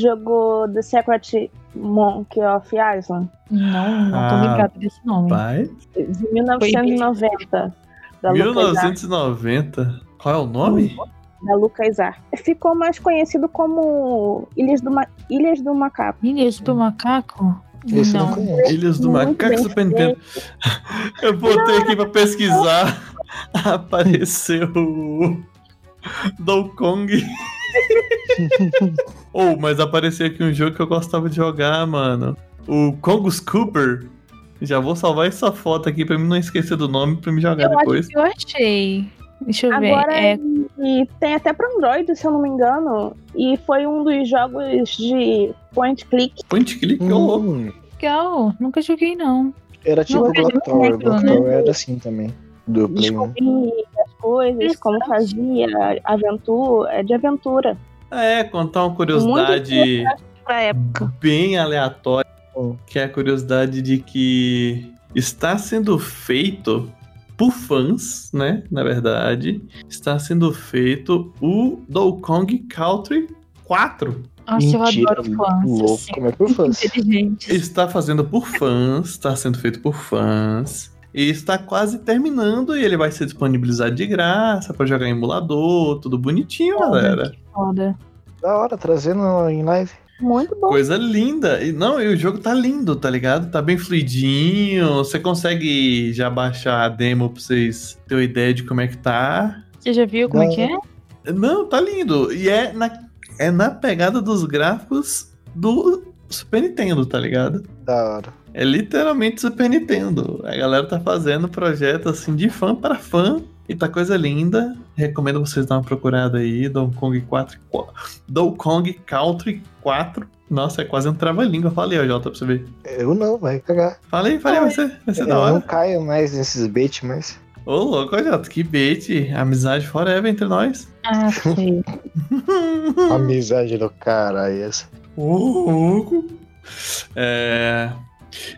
[SPEAKER 5] jogou The Secret Monkey of Island?
[SPEAKER 4] Não, não tô
[SPEAKER 2] Ah,
[SPEAKER 4] ligado desse nome.
[SPEAKER 2] Pai.
[SPEAKER 5] De 1990. Da Lucas, Ar-
[SPEAKER 2] 1990. Qual é o nome?
[SPEAKER 5] da Lucas Ficou mais conhecido como Ilhas do, Ma- Ilhas do Macaco.
[SPEAKER 4] Meninos do é macaco?
[SPEAKER 3] Esse eu não
[SPEAKER 4] não.
[SPEAKER 3] conheço.
[SPEAKER 2] Ilhas do
[SPEAKER 5] Muito
[SPEAKER 2] Macaco
[SPEAKER 5] bem
[SPEAKER 2] Super Nintendo. Eu botei aqui pra pesquisar. Apareceu. o Donkey Kong. Ou, mas apareceu aqui um jogo que eu gostava de jogar, mano. O Kongus Cooper. Já vou salvar essa foto aqui pra mim não esquecer do nome pra me jogar
[SPEAKER 5] Eu acho
[SPEAKER 2] depois.
[SPEAKER 4] Eu achei. Deixa eu ver.
[SPEAKER 5] Agora
[SPEAKER 4] É,
[SPEAKER 5] E tem até pra Android, se eu não me engano. E foi um dos jogos de point click.
[SPEAKER 2] Point click, ô louco.
[SPEAKER 3] Hum,
[SPEAKER 4] legal. Nunca joguei, não.
[SPEAKER 3] era tipo
[SPEAKER 4] Não, é
[SPEAKER 3] o Black
[SPEAKER 4] não,
[SPEAKER 3] Tower.
[SPEAKER 5] não,
[SPEAKER 3] Black
[SPEAKER 5] não.
[SPEAKER 4] né?
[SPEAKER 3] Tower era assim também. Do Play 1.
[SPEAKER 5] Descobrir as coisas, como fazia, aventura, é de aventura.
[SPEAKER 2] É, contar uma curiosidade
[SPEAKER 5] Pra época.
[SPEAKER 2] bem aleatória,
[SPEAKER 3] Hum.
[SPEAKER 2] que é a curiosidade de que está sendo feito por fãs, né? Na verdade, está sendo feito o Donkey Kong Country 4.
[SPEAKER 4] Nossa, eu adoro fãs.
[SPEAKER 3] louco.
[SPEAKER 4] assim,
[SPEAKER 3] Como é que eu faço?
[SPEAKER 4] Inteligentes.
[SPEAKER 2] Está fazendo por fãs, está sendo feito por fãs. E está quase terminando e ele vai ser disponibilizado de graça pra jogar em emulador, tudo bonitinho, galera.
[SPEAKER 4] Foda.
[SPEAKER 3] Da hora, trazendo em live.
[SPEAKER 5] Muito bom.
[SPEAKER 2] Coisa linda. E, não, e o jogo tá lindo, tá ligado? Tá bem fluidinho. Você consegue já baixar a demo pra vocês terem uma ideia de como é que tá.
[SPEAKER 4] Você já viu como é que é?
[SPEAKER 2] Não, tá lindo. E é na, é na pegada dos gráficos do Super Nintendo, tá ligado?
[SPEAKER 3] Da hora.
[SPEAKER 2] É literalmente Super Nintendo. A galera tá fazendo projeto assim de fã para fã. E tá coisa linda. Recomendo vocês dar uma procurada aí. Donkey Kong 4. Qu- Donkey Kong Country 4. Nossa, é quase um trava-língua. Falei, ó, Jota, pra você ver.
[SPEAKER 3] Eu não, vai cagar.
[SPEAKER 2] Falei, falei, vai ser, vai ser
[SPEAKER 3] Eu
[SPEAKER 2] é da
[SPEAKER 3] não
[SPEAKER 2] hora.
[SPEAKER 3] caio mais nesses bait, mas.
[SPEAKER 2] Ô, louco, ó, Jota, que bait. Amizade forever entre nós.
[SPEAKER 4] Ah, sei. Hum.
[SPEAKER 3] Amizade do caralho, essa.
[SPEAKER 2] Ô, louco. É...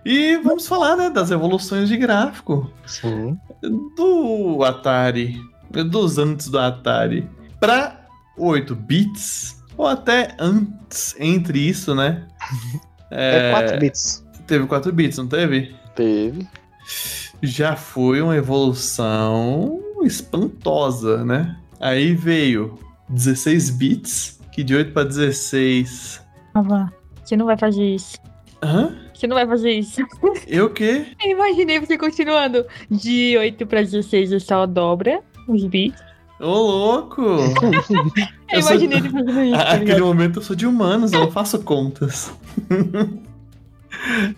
[SPEAKER 2] E vamos falar, né, das evoluções de gráfico.
[SPEAKER 3] Sim.
[SPEAKER 2] do Atari, dos antes do Atari, para 8 bits, ou até antes, entre isso, né?
[SPEAKER 3] É,
[SPEAKER 2] É,
[SPEAKER 3] 4 bits.
[SPEAKER 2] Teve 4 bits, não teve?
[SPEAKER 3] Teve.
[SPEAKER 2] Já foi uma evolução espantosa, né? Aí veio 16 bits, que de 8 para 16.
[SPEAKER 4] Ah, vá. Você não vai fazer isso.
[SPEAKER 2] Hã?
[SPEAKER 4] Você não vai fazer isso.
[SPEAKER 2] Eu quê?
[SPEAKER 4] Eu imaginei você continuando. De 8 pra 16 é só dobra os bits.
[SPEAKER 2] Ô, louco!
[SPEAKER 4] Eu,
[SPEAKER 2] Eu sou-
[SPEAKER 4] imaginei ele fazendo isso. tá
[SPEAKER 2] Naquele
[SPEAKER 4] ligado?
[SPEAKER 2] momento eu sou de humanos, eu não faço contas.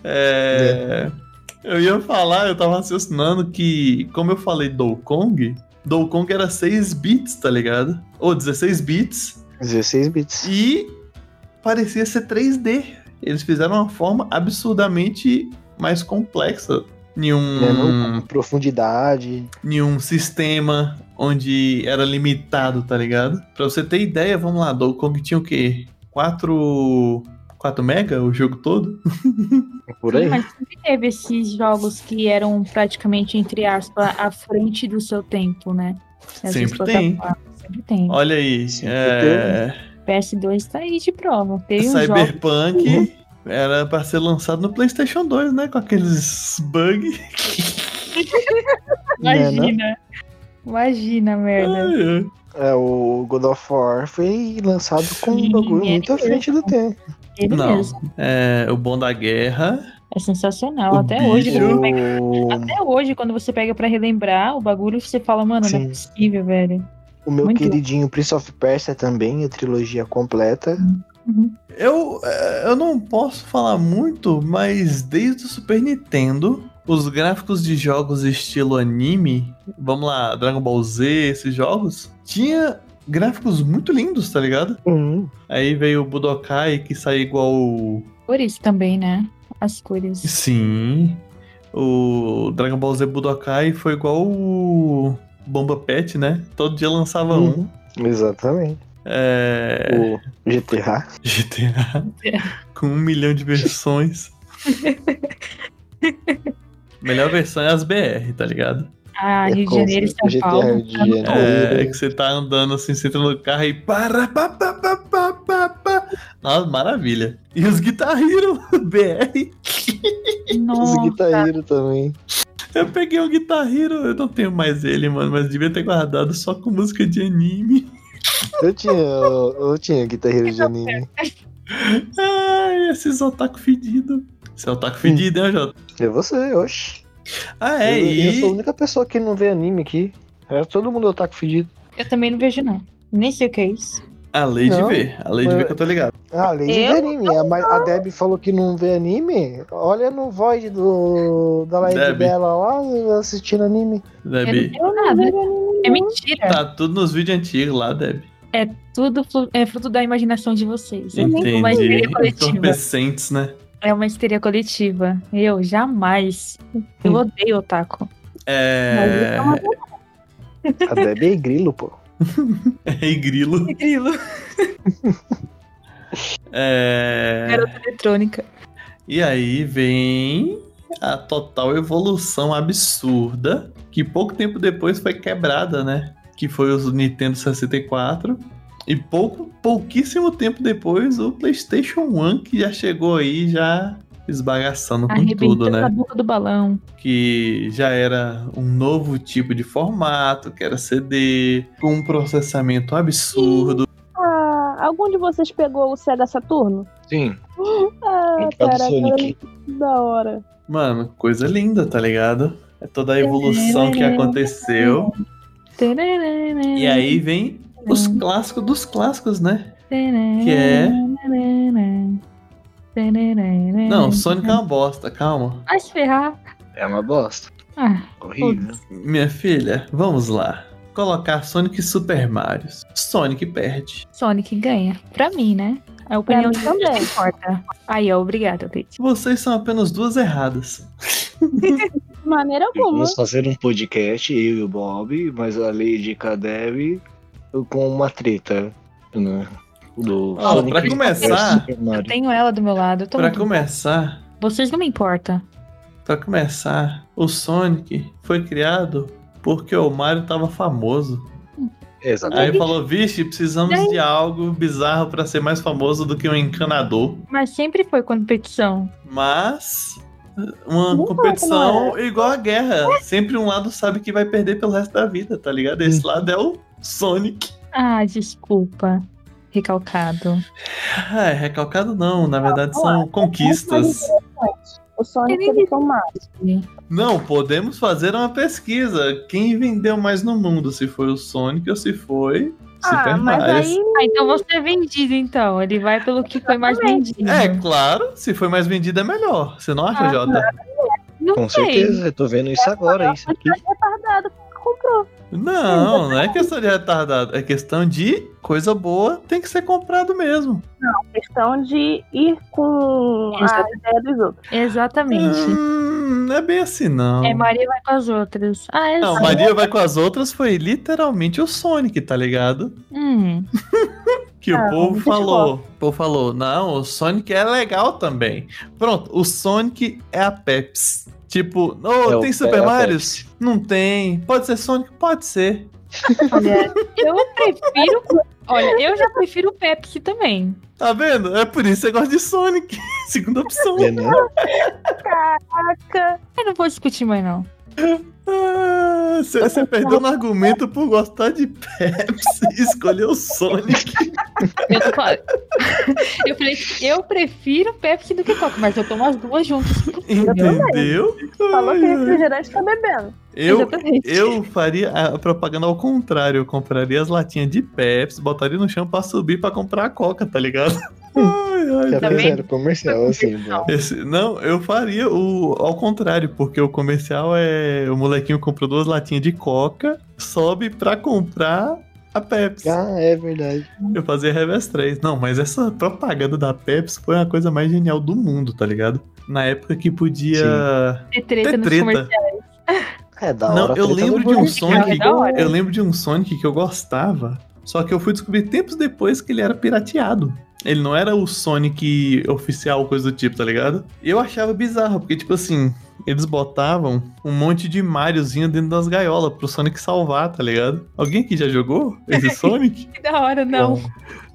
[SPEAKER 2] É, Eu ia falar, eu tava raciocinando que, como eu falei Donkey Kong, Donkey Kong era 6 bits, tá ligado? Ou 16 bits,
[SPEAKER 3] 16 bits.
[SPEAKER 2] e parecia ser 3D. Eles fizeram uma forma absurdamente mais complexa em
[SPEAKER 3] Né,
[SPEAKER 2] um,
[SPEAKER 3] não, profundidade.
[SPEAKER 2] em um sistema onde era limitado, tá ligado? Pra você ter ideia, vamos lá, Donkey Kong tinha o quê? 4. 4 mega o jogo todo?
[SPEAKER 3] é Por aí.
[SPEAKER 4] Mas sempre teve esses jogos que eram praticamente, entre aspas, à frente do seu tempo, né? Essas
[SPEAKER 2] Sempre tem.
[SPEAKER 4] plataformas, Sempre tem.
[SPEAKER 2] Olha aí.
[SPEAKER 3] Sim,
[SPEAKER 2] É,
[SPEAKER 4] PS2 tá aí de prova. Tem um jogo.
[SPEAKER 2] Cyberpunk era pra ser lançado no PlayStation 2, né? Com aqueles bugs.
[SPEAKER 3] Né,
[SPEAKER 4] Imagina. Imagina, merda.
[SPEAKER 3] É, o God of War foi lançado com um
[SPEAKER 4] Sim,
[SPEAKER 3] bagulho
[SPEAKER 4] é
[SPEAKER 3] muito à frente do tempo.
[SPEAKER 4] Ele
[SPEAKER 2] Não.
[SPEAKER 4] mesmo.
[SPEAKER 2] É, o bom da guerra.
[SPEAKER 4] É sensacional.
[SPEAKER 2] O
[SPEAKER 4] até
[SPEAKER 2] bicho-
[SPEAKER 4] hoje, né? quando pega-
[SPEAKER 3] O,
[SPEAKER 4] até hoje, quando você pega pra relembrar o bagulho, você fala, mano, não
[SPEAKER 3] Sim.
[SPEAKER 4] é possível, velho.
[SPEAKER 3] o meu
[SPEAKER 4] Muito.
[SPEAKER 3] queridinho Prince of Persia também, a trilogia completa.
[SPEAKER 4] Uhum.
[SPEAKER 2] Eu, é, eu não posso falar muito, mas desde o Super Nintendo, os gráficos de jogos estilo anime, vamos lá, Dragon Ball Z, esses jogos, tinha gráficos muito lindos, tá ligado?
[SPEAKER 3] Hum,
[SPEAKER 2] Aí veio o Budokai que saiu igual. o-
[SPEAKER 4] Cores também, né? As cores.
[SPEAKER 2] Sim. O Dragon Ball Z Budokai foi igual o Bomba Pet, né? Todo dia lançava um.
[SPEAKER 3] Uhum. Exatamente.
[SPEAKER 2] É...
[SPEAKER 3] O GTA.
[SPEAKER 2] GTA
[SPEAKER 4] É.
[SPEAKER 2] com um milhão de versões. Melhor versão é as BR, tá ligado?
[SPEAKER 4] Ah,
[SPEAKER 3] É
[SPEAKER 4] Rio de
[SPEAKER 3] como
[SPEAKER 4] Janeiro e São
[SPEAKER 3] GTA
[SPEAKER 4] Paulo.
[SPEAKER 3] de Janeiro.
[SPEAKER 2] É, que você tá andando assim, você entra no carro e para, pá, pá, pá, pá, pá, pá. Nossa, maravilha. E os guitarreiros BR.
[SPEAKER 3] Os
[SPEAKER 4] Nossa,
[SPEAKER 3] guitarreiros também.
[SPEAKER 2] Eu peguei o guitarreiro, eu não tenho mais ele, mano, mas devia ter guardado só com música de anime.
[SPEAKER 3] Eu tinha, eu tinha guitarreiro de anime.
[SPEAKER 2] Ai, esses otaku fedido. Você é otaku fedido, hein, Jota?
[SPEAKER 3] É você, oxe.
[SPEAKER 2] Ah, é,
[SPEAKER 3] eu, eu
[SPEAKER 2] e...
[SPEAKER 3] sou a única pessoa que não vê anime aqui. É todo mundo otaku fedido.
[SPEAKER 4] eu também não vejo, não. Nem sei o que é isso.
[SPEAKER 2] A Lady
[SPEAKER 3] Não,
[SPEAKER 2] V, a Lady V que eu tô ligado.
[SPEAKER 3] Ah, além de
[SPEAKER 5] Eu
[SPEAKER 3] ver anime. A, Ma- a Deb falou que não vê anime. Olha no Void do, da live
[SPEAKER 2] Deb.
[SPEAKER 3] dela lá, assistindo anime.
[SPEAKER 4] Eu
[SPEAKER 2] Debbie.
[SPEAKER 4] não tenho nada.
[SPEAKER 5] né?
[SPEAKER 4] É mentira.
[SPEAKER 2] Tá tudo nos vídeos antigos lá, Deb.
[SPEAKER 4] Tudo flu- é fruto da imaginação de vocês. É
[SPEAKER 2] Entendi. Então
[SPEAKER 4] uma histeria coletiva.
[SPEAKER 2] Entorpecentes, né?
[SPEAKER 4] É uma histeria coletiva. Eu jamais. Eu
[SPEAKER 3] Hum.
[SPEAKER 4] odeio otaku.
[SPEAKER 2] É.
[SPEAKER 3] A Deb é grilo, pô.
[SPEAKER 2] É grilo.
[SPEAKER 4] Grilo.
[SPEAKER 2] É.
[SPEAKER 4] Garota eletrônica.
[SPEAKER 2] E aí vem a total evolução absurda que pouco tempo depois foi quebrada, né? Que foi o Nintendo 64 e pouco, pouquíssimo tempo depois o PlayStation 1 que já chegou aí já esbagaçando com tudo,
[SPEAKER 4] Arrebentando
[SPEAKER 2] né?
[SPEAKER 4] a boca do balão.
[SPEAKER 2] que já era um novo tipo de formato, que era CD, com um processamento absurdo.
[SPEAKER 5] Ah, algum de vocês pegou o Sega Saturno?
[SPEAKER 3] Sim.
[SPEAKER 5] Ah,
[SPEAKER 2] tá
[SPEAKER 3] causa do
[SPEAKER 5] caraca,
[SPEAKER 3] Sonic.
[SPEAKER 5] da hora.
[SPEAKER 2] Mano, coisa linda, tá ligado? É toda a evolução que aconteceu. E aí
[SPEAKER 4] é?
[SPEAKER 2] vem os clássicos dos clássicos, né?
[SPEAKER 4] que
[SPEAKER 2] é- Não, Sonic é uma bosta, calma.
[SPEAKER 4] Vai se ferrar.
[SPEAKER 3] É uma bosta.
[SPEAKER 4] Ah,
[SPEAKER 3] Horrível.
[SPEAKER 2] Minha filha, vamos lá. Colocar Sonic e Super Mario. Sonic perde.
[SPEAKER 4] Sonic ganha. Pra mim, né? A opinião de também não importa. Aí, ó, obrigada, Pete.
[SPEAKER 2] Vocês são apenas duas erradas.
[SPEAKER 5] De maneira alguma.
[SPEAKER 3] Vamos fazer um podcast, eu e o Bob, mas a Lady Kadev com uma treta. Né? Do
[SPEAKER 2] Ah, pra começar-
[SPEAKER 3] versus Super
[SPEAKER 4] Eu
[SPEAKER 3] Mario.
[SPEAKER 4] tenho ela do meu lado. Eu tô
[SPEAKER 2] Pra
[SPEAKER 4] muito-
[SPEAKER 2] começar,
[SPEAKER 4] Vocês não me importam.
[SPEAKER 2] Pra começar, o Sonic foi criado porque o Mario tava famoso. Aí
[SPEAKER 3] Exatamente.
[SPEAKER 2] falou, vixe, precisamos de algo bizarro pra ser mais famoso do que um encanador.
[SPEAKER 4] Mas sempre foi competição.
[SPEAKER 2] Mas uma
[SPEAKER 5] Não, é?
[SPEAKER 2] competição igual a guerra. Sempre um lado sabe que vai perder pelo resto da vida, tá ligado? Esse lado é o Sonic.
[SPEAKER 4] Ah, desculpa. Recalcado.
[SPEAKER 2] Ah, é recalcado não, na verdade são conquistas.
[SPEAKER 5] O Sonic
[SPEAKER 4] Ele-
[SPEAKER 5] ele tomar.
[SPEAKER 2] Não, podemos fazer uma pesquisa. Quem vendeu mais no mundo? Se foi o Sonic ou se foi
[SPEAKER 5] Ah,
[SPEAKER 2] Super
[SPEAKER 5] mas
[SPEAKER 2] Mario.
[SPEAKER 5] aí
[SPEAKER 4] Ah, então você é vendido, então. Ele vai pelo que foi mais vendido.
[SPEAKER 2] É, claro, se foi mais vendida é melhor. Você não acha,
[SPEAKER 4] Uhum. Ah,
[SPEAKER 2] Jota?
[SPEAKER 4] não
[SPEAKER 3] Com
[SPEAKER 4] sei.
[SPEAKER 3] certeza, eu tô vendo isso agora. Isso aqui.
[SPEAKER 5] é retardado porque comprou.
[SPEAKER 2] Não, não é questão de retardado. É questão de coisa boa tem que ser comprado mesmo.
[SPEAKER 5] Questão de ir com a
[SPEAKER 4] Exatamente.
[SPEAKER 5] ideia dos outros.
[SPEAKER 4] Exatamente.
[SPEAKER 2] Hum, não é bem assim, não.
[SPEAKER 4] É, Maria vai com as outras. Ah, é
[SPEAKER 2] Não, Maria vai com as outras foi literalmente o Sonic, tá ligado?
[SPEAKER 4] Hum.
[SPEAKER 2] Que o
[SPEAKER 5] Ah,
[SPEAKER 2] povo
[SPEAKER 5] muito
[SPEAKER 2] falou. O povo falou, não, o Sonic é legal também. Pronto, o Sonic é a Pepsi. Tipo, oh,
[SPEAKER 3] É o
[SPEAKER 2] tem
[SPEAKER 3] pé
[SPEAKER 2] Super
[SPEAKER 3] da
[SPEAKER 2] Mario?
[SPEAKER 3] Pepsi.
[SPEAKER 2] Não tem. Pode ser Sonic? Pode ser.
[SPEAKER 4] Olha, eu prefiro. Olha, eu já prefiro o Pepsi também.
[SPEAKER 2] Tá vendo? É por isso que você gosta de Sonic. Segunda opção.
[SPEAKER 3] É, né?
[SPEAKER 5] Caraca,
[SPEAKER 4] Eu não vou discutir mais, não.
[SPEAKER 2] Ah, Você você perdeu no argumento por gostar de Pepsi e escolheu Sonic.
[SPEAKER 4] Eu, tô falando- eu falei que eu prefiro Pepsi do que Coca, mas eu tomo as duas juntas.
[SPEAKER 2] Entendeu?
[SPEAKER 5] falou que
[SPEAKER 2] Ai, ai.
[SPEAKER 5] refrigerante tá bebendo.
[SPEAKER 2] Eu,
[SPEAKER 4] Exatamente.
[SPEAKER 2] eu faria a propaganda ao contrário. Eu compraria as latinhas de Pepsi, botaria no chão pra subir pra comprar a Coca, tá ligado? Ai, ai,
[SPEAKER 3] Já
[SPEAKER 4] Também-
[SPEAKER 3] fizeram comercial assim, bro.
[SPEAKER 2] Esse- não, eu faria o ao contrário, porque o comercial é o molequinho comprou duas latinhas de coca, sobe pra comprar a Pepsi.
[SPEAKER 3] Ah, é verdade.
[SPEAKER 2] Eu fazia revés 3. Não, mas essa propaganda da Pepsi foi a coisa mais genial do mundo, tá ligado? Na época que podia
[SPEAKER 4] Ter treta
[SPEAKER 2] ter
[SPEAKER 4] nos
[SPEAKER 2] treta.
[SPEAKER 4] comerciais.
[SPEAKER 3] É da hora.
[SPEAKER 2] Não,
[SPEAKER 3] a
[SPEAKER 2] eu
[SPEAKER 3] treta
[SPEAKER 2] lembro
[SPEAKER 3] do
[SPEAKER 2] de um
[SPEAKER 3] Bob.
[SPEAKER 4] musical,
[SPEAKER 2] Sonic,
[SPEAKER 4] é da hora.
[SPEAKER 2] eu lembro de um Sonic que eu gostava, só que eu fui descobrir tempos depois que ele era pirateado. Ele não era o Sonic oficial, coisa do tipo, tá ligado? E eu achava bizarro, porque, tipo assim, eles botavam um monte de Mariozinho dentro das gaiolas pro Sonic salvar, tá ligado? Alguém aqui já jogou esse Sonic?
[SPEAKER 4] Que é da hora, não.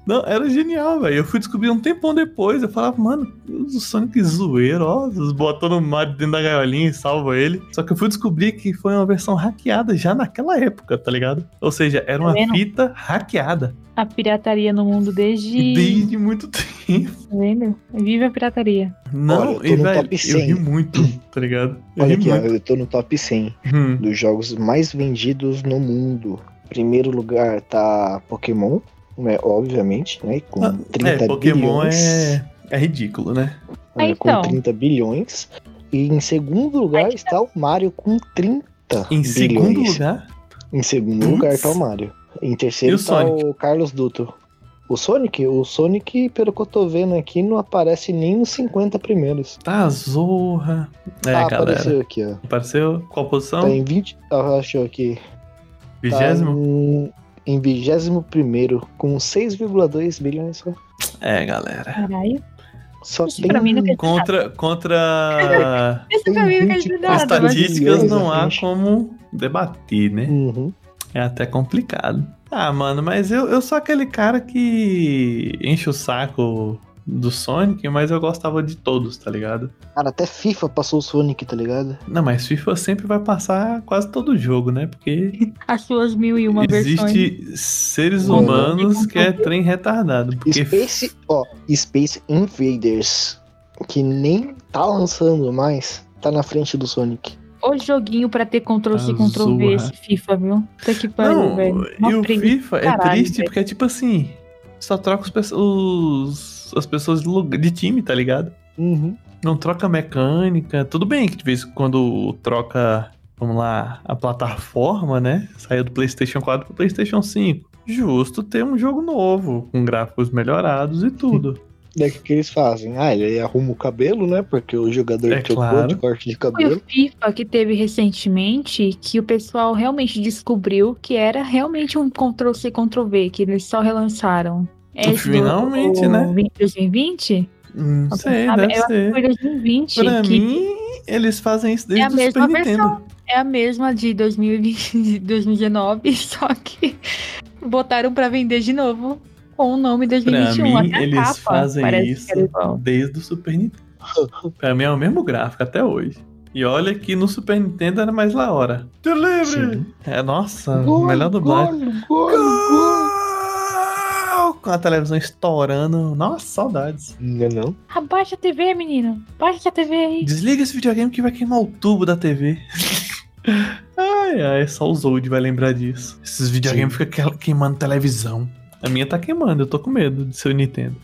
[SPEAKER 2] Não, era genial, velho. Eu fui descobrir um tempão depois. Eu falava, mano, o Sonic zoeiro, ó. Botou no Mario dentro da gaiolinha e salva ele. Só que eu fui descobrir que foi uma versão hackeada já naquela época, tá ligado? Ou seja, era uma
[SPEAKER 4] Tá vendo?
[SPEAKER 2] fita hackeada.
[SPEAKER 4] A pirataria no mundo
[SPEAKER 2] E
[SPEAKER 4] desde.
[SPEAKER 2] desde muito tempo.
[SPEAKER 4] Tá vendo? Vive a pirataria.
[SPEAKER 2] Não,
[SPEAKER 3] eu tô
[SPEAKER 2] e
[SPEAKER 3] no
[SPEAKER 2] velho,
[SPEAKER 3] top
[SPEAKER 2] eu
[SPEAKER 3] 100.
[SPEAKER 2] ri muito, tá ligado? Eu
[SPEAKER 3] Olha
[SPEAKER 2] ri
[SPEAKER 3] aqui, ó,
[SPEAKER 2] muito.
[SPEAKER 3] eu tô no top 100
[SPEAKER 2] Hum.
[SPEAKER 3] dos jogos mais vendidos no mundo. Primeiro lugar tá Pokémon, né? Obviamente, né? Com
[SPEAKER 2] Ah,
[SPEAKER 3] 30
[SPEAKER 2] É, Pokémon
[SPEAKER 3] bilhões.
[SPEAKER 2] é, é ridículo, né?
[SPEAKER 4] Ah,
[SPEAKER 3] né, com
[SPEAKER 4] então.
[SPEAKER 3] 30 bilhões. E em segundo lugar
[SPEAKER 4] Aí tá.
[SPEAKER 3] está o Mario com 30
[SPEAKER 2] Em
[SPEAKER 3] bilhões.
[SPEAKER 2] segundo lugar,
[SPEAKER 3] Em segundo
[SPEAKER 2] Putz.
[SPEAKER 3] lugar tá o Mario. Em
[SPEAKER 2] E
[SPEAKER 3] terceiro
[SPEAKER 2] o
[SPEAKER 3] tá
[SPEAKER 2] Sonic?
[SPEAKER 3] o Carlos Duto. O Sonic? O Sonic, pelo que eu tô vendo aqui, não aparece nem nos 50 primeiros.
[SPEAKER 2] tá zorra. É,
[SPEAKER 3] ah,
[SPEAKER 2] galera. Apareceu.
[SPEAKER 3] apareceu aqui, ó.
[SPEAKER 2] Qual posição?
[SPEAKER 3] Tá em 20. Ah, achou aqui.
[SPEAKER 2] Vigésimo?
[SPEAKER 3] Tá em, em 21 com 6,2 bilhões só.
[SPEAKER 2] É, galera.
[SPEAKER 4] Caralho.
[SPEAKER 3] Só
[SPEAKER 4] Isso
[SPEAKER 3] tem
[SPEAKER 4] pra mim não quer dizer nada.
[SPEAKER 2] Contra, contra
[SPEAKER 4] Isso
[SPEAKER 3] tem
[SPEAKER 4] pra mim não quer
[SPEAKER 3] 20
[SPEAKER 4] dizer nada. mas-
[SPEAKER 2] estatísticas
[SPEAKER 3] Maravilhoso,
[SPEAKER 2] não há
[SPEAKER 3] gente.
[SPEAKER 2] como debater, né?
[SPEAKER 3] Uhum.
[SPEAKER 2] É até complicado. Ah, mano, mas eu, eu sou aquele cara que enche o saco do Sonic, mas eu gostava de todos, tá ligado?
[SPEAKER 3] Cara, até FIFA passou o Sonic, tá ligado?
[SPEAKER 2] Não, mas FIFA sempre vai passar quase todo jogo, né? Porque
[SPEAKER 4] As suas mil e uma versões.
[SPEAKER 2] existe seres
[SPEAKER 3] Mano.
[SPEAKER 2] humanos que é trem retardado. Porque
[SPEAKER 3] Space, ó, Space Invaders, que nem tá lançando mais, tá na frente do Sonic.
[SPEAKER 4] O joguinho pra ter Ctrl-C,
[SPEAKER 2] Azul,
[SPEAKER 4] Ctrl-V esse
[SPEAKER 2] né?
[SPEAKER 4] FIFA, viu? Puta que pariu,
[SPEAKER 2] Não,
[SPEAKER 4] velho. Uma
[SPEAKER 2] e o
[SPEAKER 4] preguiça.
[SPEAKER 2] FIFA é
[SPEAKER 4] caralho,
[SPEAKER 2] triste
[SPEAKER 4] velho.
[SPEAKER 2] porque é tipo assim, só troca os, perso- os os- as pessoas de, lugar- de time, tá ligado?
[SPEAKER 3] Uhum.
[SPEAKER 2] Não troca mecânica. Tudo bem que de vez em quando troca, vamos lá, a plataforma, né? Saiu do PlayStation 4 pro PlayStation 5. Justo ter um jogo novo, com gráficos melhorados e tudo.
[SPEAKER 3] Daí É o que, que eles fazem? Ah, ele arruma o cabelo, né? Porque o jogador
[SPEAKER 2] É
[SPEAKER 3] trocou
[SPEAKER 2] claro.
[SPEAKER 3] de corte de
[SPEAKER 4] Foi o
[SPEAKER 3] cabelo.
[SPEAKER 4] FIFA que teve recentemente que o pessoal realmente descobriu que era realmente um Ctrl-C, Ctrl-V, que eles só relançaram. É esse do-
[SPEAKER 2] Finalmente,
[SPEAKER 4] o
[SPEAKER 2] né?
[SPEAKER 4] 20, 2020?
[SPEAKER 2] Não
[SPEAKER 4] Alguém
[SPEAKER 2] sei,
[SPEAKER 4] sabe?
[SPEAKER 2] deve
[SPEAKER 4] Eu acho
[SPEAKER 2] ser.
[SPEAKER 4] Foi 2020.
[SPEAKER 2] Pra
[SPEAKER 4] que
[SPEAKER 2] mim, eles fazem isso
[SPEAKER 4] é
[SPEAKER 2] desde
[SPEAKER 4] a
[SPEAKER 2] o Super
[SPEAKER 4] mesma
[SPEAKER 2] Nintendo.
[SPEAKER 4] versão. É a mesma de 2020, de 2019, só que botaram pra vender de novo com o nome
[SPEAKER 2] Pra
[SPEAKER 4] 2021.
[SPEAKER 2] mim,
[SPEAKER 4] até a
[SPEAKER 2] eles
[SPEAKER 4] capa
[SPEAKER 2] fazem
[SPEAKER 4] parece que
[SPEAKER 2] isso
[SPEAKER 4] era igual.
[SPEAKER 2] desde o Super Nintendo. pra mim é o mesmo gráfico até hoje. E olha que no Super Nintendo era mais na hora. Te livre!
[SPEAKER 3] Sim.
[SPEAKER 2] É, nossa, melhor dublagem.
[SPEAKER 3] gol, gol.
[SPEAKER 2] Gol! Com a televisão estourando. Nossa, saudades.
[SPEAKER 3] Não, é não.
[SPEAKER 4] Abaixa a TV, menino. Abaixa a TV aí.
[SPEAKER 2] Desliga esse videogame que vai queimar o tubo da TV. ai, ai, só o Zold vai lembrar disso. Esses videogames ficam que- queimando televisão. A minha tá queimando, eu tô com medo de ser o Nintendo.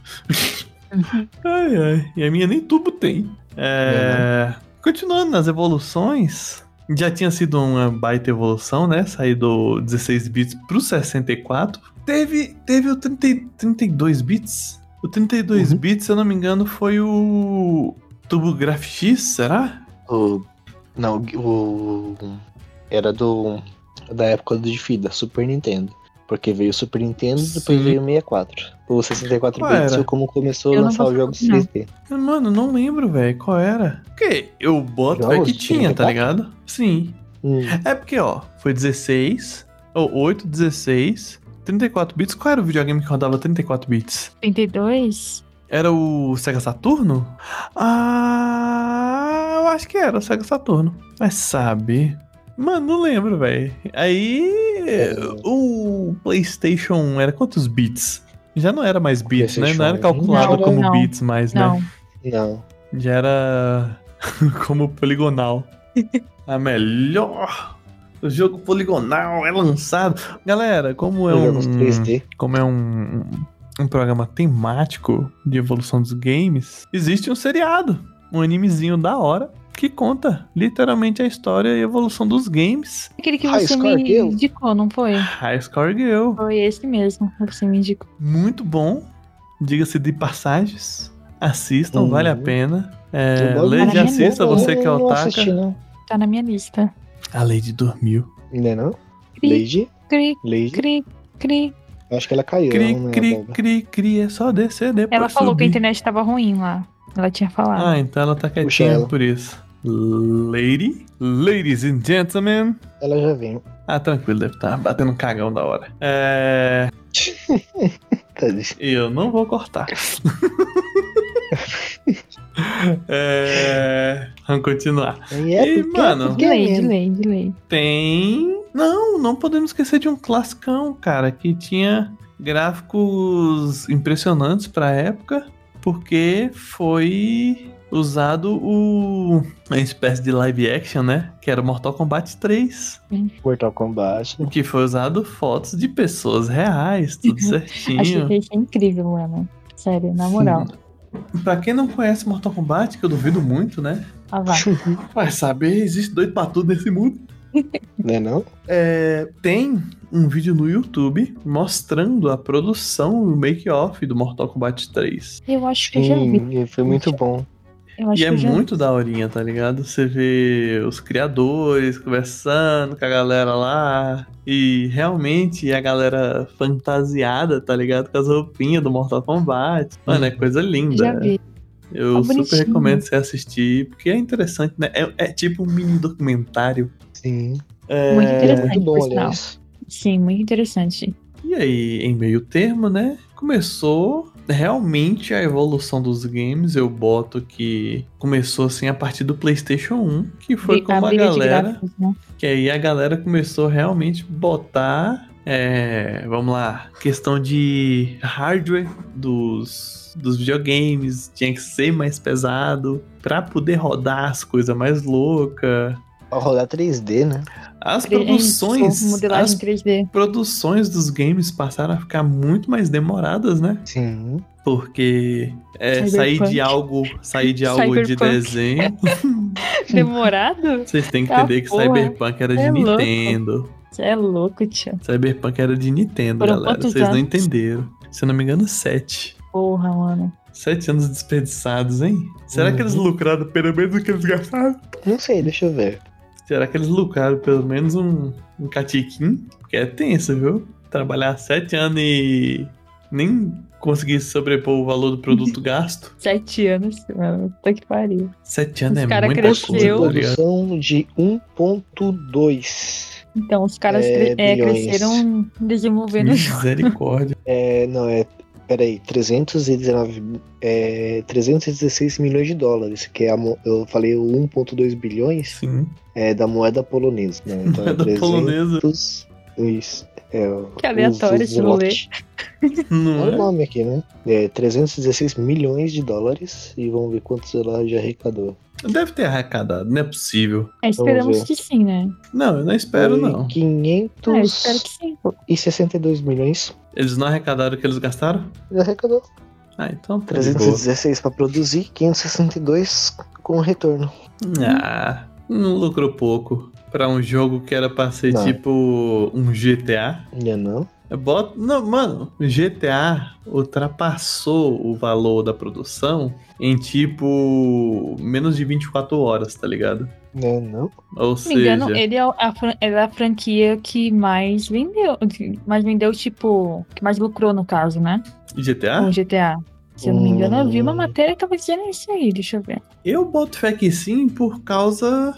[SPEAKER 2] ai, ai. E a minha nem tubo tem. É, Continuando nas evoluções. Já tinha sido uma baita evolução, né? Sair do 16 bits pro 64. Teve, teve o 30, 32 bits. O 32
[SPEAKER 3] Uhum.
[SPEAKER 2] bits, se eu não me engano, foi o TurboGrafx, será?
[SPEAKER 3] O, não, o. Era do. Da época do Difí, da Super Nintendo. Porque veio o Super Nintendo e depois
[SPEAKER 2] Sim.
[SPEAKER 3] veio o 64. O 64
[SPEAKER 2] Qual
[SPEAKER 3] bits
[SPEAKER 2] era?
[SPEAKER 3] foi como começou
[SPEAKER 4] Eu
[SPEAKER 3] a
[SPEAKER 4] não
[SPEAKER 3] lançar
[SPEAKER 4] vou
[SPEAKER 3] os jogos
[SPEAKER 4] saber, não.
[SPEAKER 3] 3D.
[SPEAKER 2] Mano, não lembro, velho. Qual era? Porque eu boto
[SPEAKER 3] Jogos
[SPEAKER 2] é que
[SPEAKER 3] de
[SPEAKER 2] tinha, tá
[SPEAKER 3] 64?
[SPEAKER 2] ligado? Sim.
[SPEAKER 3] Hum,
[SPEAKER 2] É porque, ó, foi 16, ou 8, 16, 34 bits. Qual era o videogame que rodava 34 bits?
[SPEAKER 4] 32?
[SPEAKER 2] Era o Sega Saturno? Ah, eu acho que era o Sega Saturno. Mas sabe. Mano, não lembro, velho. Aí. O PlayStation 1 era quantos bits? Já não era mais bits, né? Não era
[SPEAKER 3] PlayStation 1.
[SPEAKER 2] calculado
[SPEAKER 4] Não,
[SPEAKER 2] como
[SPEAKER 4] não.
[SPEAKER 2] bits mais, né?
[SPEAKER 4] Não.
[SPEAKER 3] não.
[SPEAKER 2] Já era como poligonal. A melhor. O jogo poligonal é lançado. Galera, como é
[SPEAKER 3] Os
[SPEAKER 2] um.
[SPEAKER 3] jogos 3D.
[SPEAKER 2] Como é um, um programa temático de evolução dos games, existe um seriado, um animezinho da hora, que conta literalmente a história e a evolução dos games.
[SPEAKER 4] Aquele que
[SPEAKER 3] High
[SPEAKER 4] você
[SPEAKER 3] Score
[SPEAKER 4] me
[SPEAKER 3] Girl?
[SPEAKER 4] indicou, não foi?
[SPEAKER 2] High Score Girl.
[SPEAKER 4] Foi esse mesmo que você me indicou.
[SPEAKER 2] Muito bom. Diga-se de passagens. Assistam,
[SPEAKER 3] Uhum.
[SPEAKER 2] vale a pena. É,
[SPEAKER 3] Eu gosto
[SPEAKER 2] Lady,
[SPEAKER 4] de anime,
[SPEAKER 2] assista,
[SPEAKER 3] Eu
[SPEAKER 2] você que é
[SPEAKER 3] não
[SPEAKER 2] otaka.
[SPEAKER 3] assisti, não.
[SPEAKER 4] Tá na minha lista.
[SPEAKER 2] A Lady dormiu.
[SPEAKER 3] Não é não?
[SPEAKER 4] Cri,
[SPEAKER 3] Lady?
[SPEAKER 4] cri,
[SPEAKER 3] Lady?
[SPEAKER 4] cri, cri.
[SPEAKER 3] Acho que ela caiu.
[SPEAKER 2] Cri,
[SPEAKER 3] não é,
[SPEAKER 2] cri,
[SPEAKER 3] boba?
[SPEAKER 2] cri, cri, é só descer depois
[SPEAKER 4] Ela falou que a
[SPEAKER 2] subir.
[SPEAKER 4] internet tava ruim lá. Ela tinha falado.
[SPEAKER 2] Ah, então ela tá quietinha
[SPEAKER 3] ela.
[SPEAKER 2] por isso. Lady, ladies and gentlemen.
[SPEAKER 3] Ela já veio.
[SPEAKER 2] Ah, tranquilo, deve estar batendo um cagão da hora. É...
[SPEAKER 3] Tadinha.
[SPEAKER 2] Eu não vou cortar. é... Vamos continuar.
[SPEAKER 3] E é
[SPEAKER 2] Ih,
[SPEAKER 3] porque-
[SPEAKER 2] mano.
[SPEAKER 3] porque é
[SPEAKER 4] delay,
[SPEAKER 3] mesmo.
[SPEAKER 4] delay, delay.
[SPEAKER 2] Tem. Não, não podemos esquecer de um classicão, cara, que tinha gráficos impressionantes pra época, porque foi usado o uma espécie de live action, né? Que era o Mortal Kombat 3,
[SPEAKER 3] Mortal Kombat.
[SPEAKER 2] o que foi usado fotos de pessoas reais, tudo
[SPEAKER 4] Achei
[SPEAKER 2] certinho.
[SPEAKER 4] que isso é incrível, mano. Sério, na moral.
[SPEAKER 2] Pra quem não conhece Mortal Kombat, que eu duvido muito, né?
[SPEAKER 4] Ah, vai.
[SPEAKER 2] Vai saber, existe doido pra tudo nesse mundo.
[SPEAKER 3] Não é não?
[SPEAKER 2] É, tem um vídeo no YouTube mostrando a produção e o make-off do Mortal Kombat 3.
[SPEAKER 4] Eu acho que eu já vi.
[SPEAKER 3] Sim, Hum, foi muito bom.
[SPEAKER 4] Eu acho
[SPEAKER 2] e é
[SPEAKER 4] que eu já
[SPEAKER 2] muito daorinha, tá ligado? Você vê os criadores conversando com a galera lá. E realmente é a galera fantasiada, tá ligado? Com as roupinhas do Mortal Kombat. Mano, é coisa
[SPEAKER 4] vi.
[SPEAKER 2] linda.
[SPEAKER 4] Uhum. Já vi.
[SPEAKER 2] Eu
[SPEAKER 4] Tá
[SPEAKER 2] super
[SPEAKER 4] bonitinho.
[SPEAKER 2] recomendo você assistir, porque é interessante, né? É, é tipo um mini documentário.
[SPEAKER 3] Sim.
[SPEAKER 2] É...
[SPEAKER 4] Muito
[SPEAKER 3] É
[SPEAKER 4] interessante.
[SPEAKER 3] muito bom,
[SPEAKER 4] por sinal.
[SPEAKER 3] aliás.
[SPEAKER 4] Sim, muito interessante.
[SPEAKER 2] E aí, em meio termo, né? Começou realmente a evolução dos games. Eu boto que começou assim a partir do PlayStation 1, que foi
[SPEAKER 4] Bri-
[SPEAKER 2] como a
[SPEAKER 4] briga de
[SPEAKER 2] galera.
[SPEAKER 4] gráficos, né?
[SPEAKER 2] Que aí a galera começou realmente botar. é, vamos lá, questão de hardware dos, dos videogames tinha que ser mais pesado pra poder rodar as coisas mais loucas.
[SPEAKER 3] Pra rodar 3D, né?
[SPEAKER 2] As
[SPEAKER 4] Cre- em- desculpa,
[SPEAKER 2] produções.
[SPEAKER 4] Modelagem
[SPEAKER 2] As
[SPEAKER 4] 3D.
[SPEAKER 2] produções dos games passaram a ficar muito mais demoradas, né?
[SPEAKER 3] Sim.
[SPEAKER 2] Porque é,
[SPEAKER 4] Cyberpunk.
[SPEAKER 2] sair de algo, sair de algo de
[SPEAKER 4] Cyberpunk.
[SPEAKER 2] desenho.
[SPEAKER 4] Demorado?
[SPEAKER 2] Vocês têm que
[SPEAKER 4] Tá
[SPEAKER 2] entender que
[SPEAKER 4] porra.
[SPEAKER 2] Cyberpunk era de
[SPEAKER 4] É louco.
[SPEAKER 2] Nintendo.
[SPEAKER 4] Você é louco, tio.
[SPEAKER 2] Cyberpunk era de Nintendo,
[SPEAKER 4] Foram
[SPEAKER 2] galera.
[SPEAKER 4] quantos
[SPEAKER 2] Vocês não
[SPEAKER 4] anos?
[SPEAKER 2] entenderam. Se eu não me engano, sete.
[SPEAKER 4] Porra, mano.
[SPEAKER 2] Sete anos desperdiçados, hein? Será que eles
[SPEAKER 3] Uhum.
[SPEAKER 2] lucraram pelo menos o que eles gastaram?
[SPEAKER 3] Não sei, deixa eu ver.
[SPEAKER 2] Será que eles lucraram pelo menos um, um catiquim? Porque é tenso, viu? Trabalhar sete anos e nem conseguir sobrepor o valor do produto gasto.
[SPEAKER 4] Sete anos, mano. Puta que pariu.
[SPEAKER 2] Sete anos
[SPEAKER 4] Os
[SPEAKER 2] é
[SPEAKER 4] cara
[SPEAKER 2] muito
[SPEAKER 4] cresceu.
[SPEAKER 3] Custo de
[SPEAKER 2] coisa, tá ligado?
[SPEAKER 3] produção de 1.2.
[SPEAKER 4] Então, os caras
[SPEAKER 3] É,
[SPEAKER 4] cre- é,
[SPEAKER 3] bilhões.
[SPEAKER 4] cresceram desenvolvendo o
[SPEAKER 2] Uhum.
[SPEAKER 4] jogo.
[SPEAKER 2] Misericórdia.
[SPEAKER 3] É, não, é. Peraí, 319. É, 316 milhões de dólares, que é a, mo- eu falei o 1,2 bilhões
[SPEAKER 2] Sim.
[SPEAKER 3] é da moeda polonesa, né? Então
[SPEAKER 2] É da polonesa.
[SPEAKER 3] 300, Isso. É, o-
[SPEAKER 4] Que aleatório
[SPEAKER 3] os-
[SPEAKER 4] esse rolê. É,
[SPEAKER 3] os- Olha o
[SPEAKER 2] Não é?
[SPEAKER 3] nome aqui, né? É 316 milhões de dólares e vamos ver quantos ela já arrecadou.
[SPEAKER 2] Deve ter arrecadado, não é possível.
[SPEAKER 4] É, esperamos que sim, né?
[SPEAKER 2] Não, eu não espero,
[SPEAKER 3] Foi
[SPEAKER 2] não.
[SPEAKER 4] É, eu espero
[SPEAKER 3] 562
[SPEAKER 4] que sim. pô.
[SPEAKER 3] milhões.
[SPEAKER 2] Eles não arrecadaram o que eles gastaram?
[SPEAKER 3] Já arrecadou.
[SPEAKER 2] Ah, então tá de boa.
[SPEAKER 3] 316 para produzir, 562 com retorno.
[SPEAKER 2] Ah, não lucrou pouco. Pra um jogo que era pra ser
[SPEAKER 3] Não.
[SPEAKER 2] tipo um GTA.
[SPEAKER 3] Não, é não.
[SPEAKER 2] Bota... Não, mano, GTA ultrapassou o valor da produção em tipo menos de 24 horas, tá ligado?
[SPEAKER 3] Não, é não.
[SPEAKER 2] Ou
[SPEAKER 4] Se não me engano,
[SPEAKER 2] seja,
[SPEAKER 4] ele é a, fran- ela é a franquia que mais vendeu. que Mais vendeu, tipo. Que mais lucrou, no caso, né?
[SPEAKER 2] GTA?
[SPEAKER 4] Com GTA. Se eu não me engano, eu vi uma
[SPEAKER 3] Hum.
[SPEAKER 4] matéria que tava dizendo isso aí, deixa eu ver.
[SPEAKER 2] Eu boto fé que sim, por causa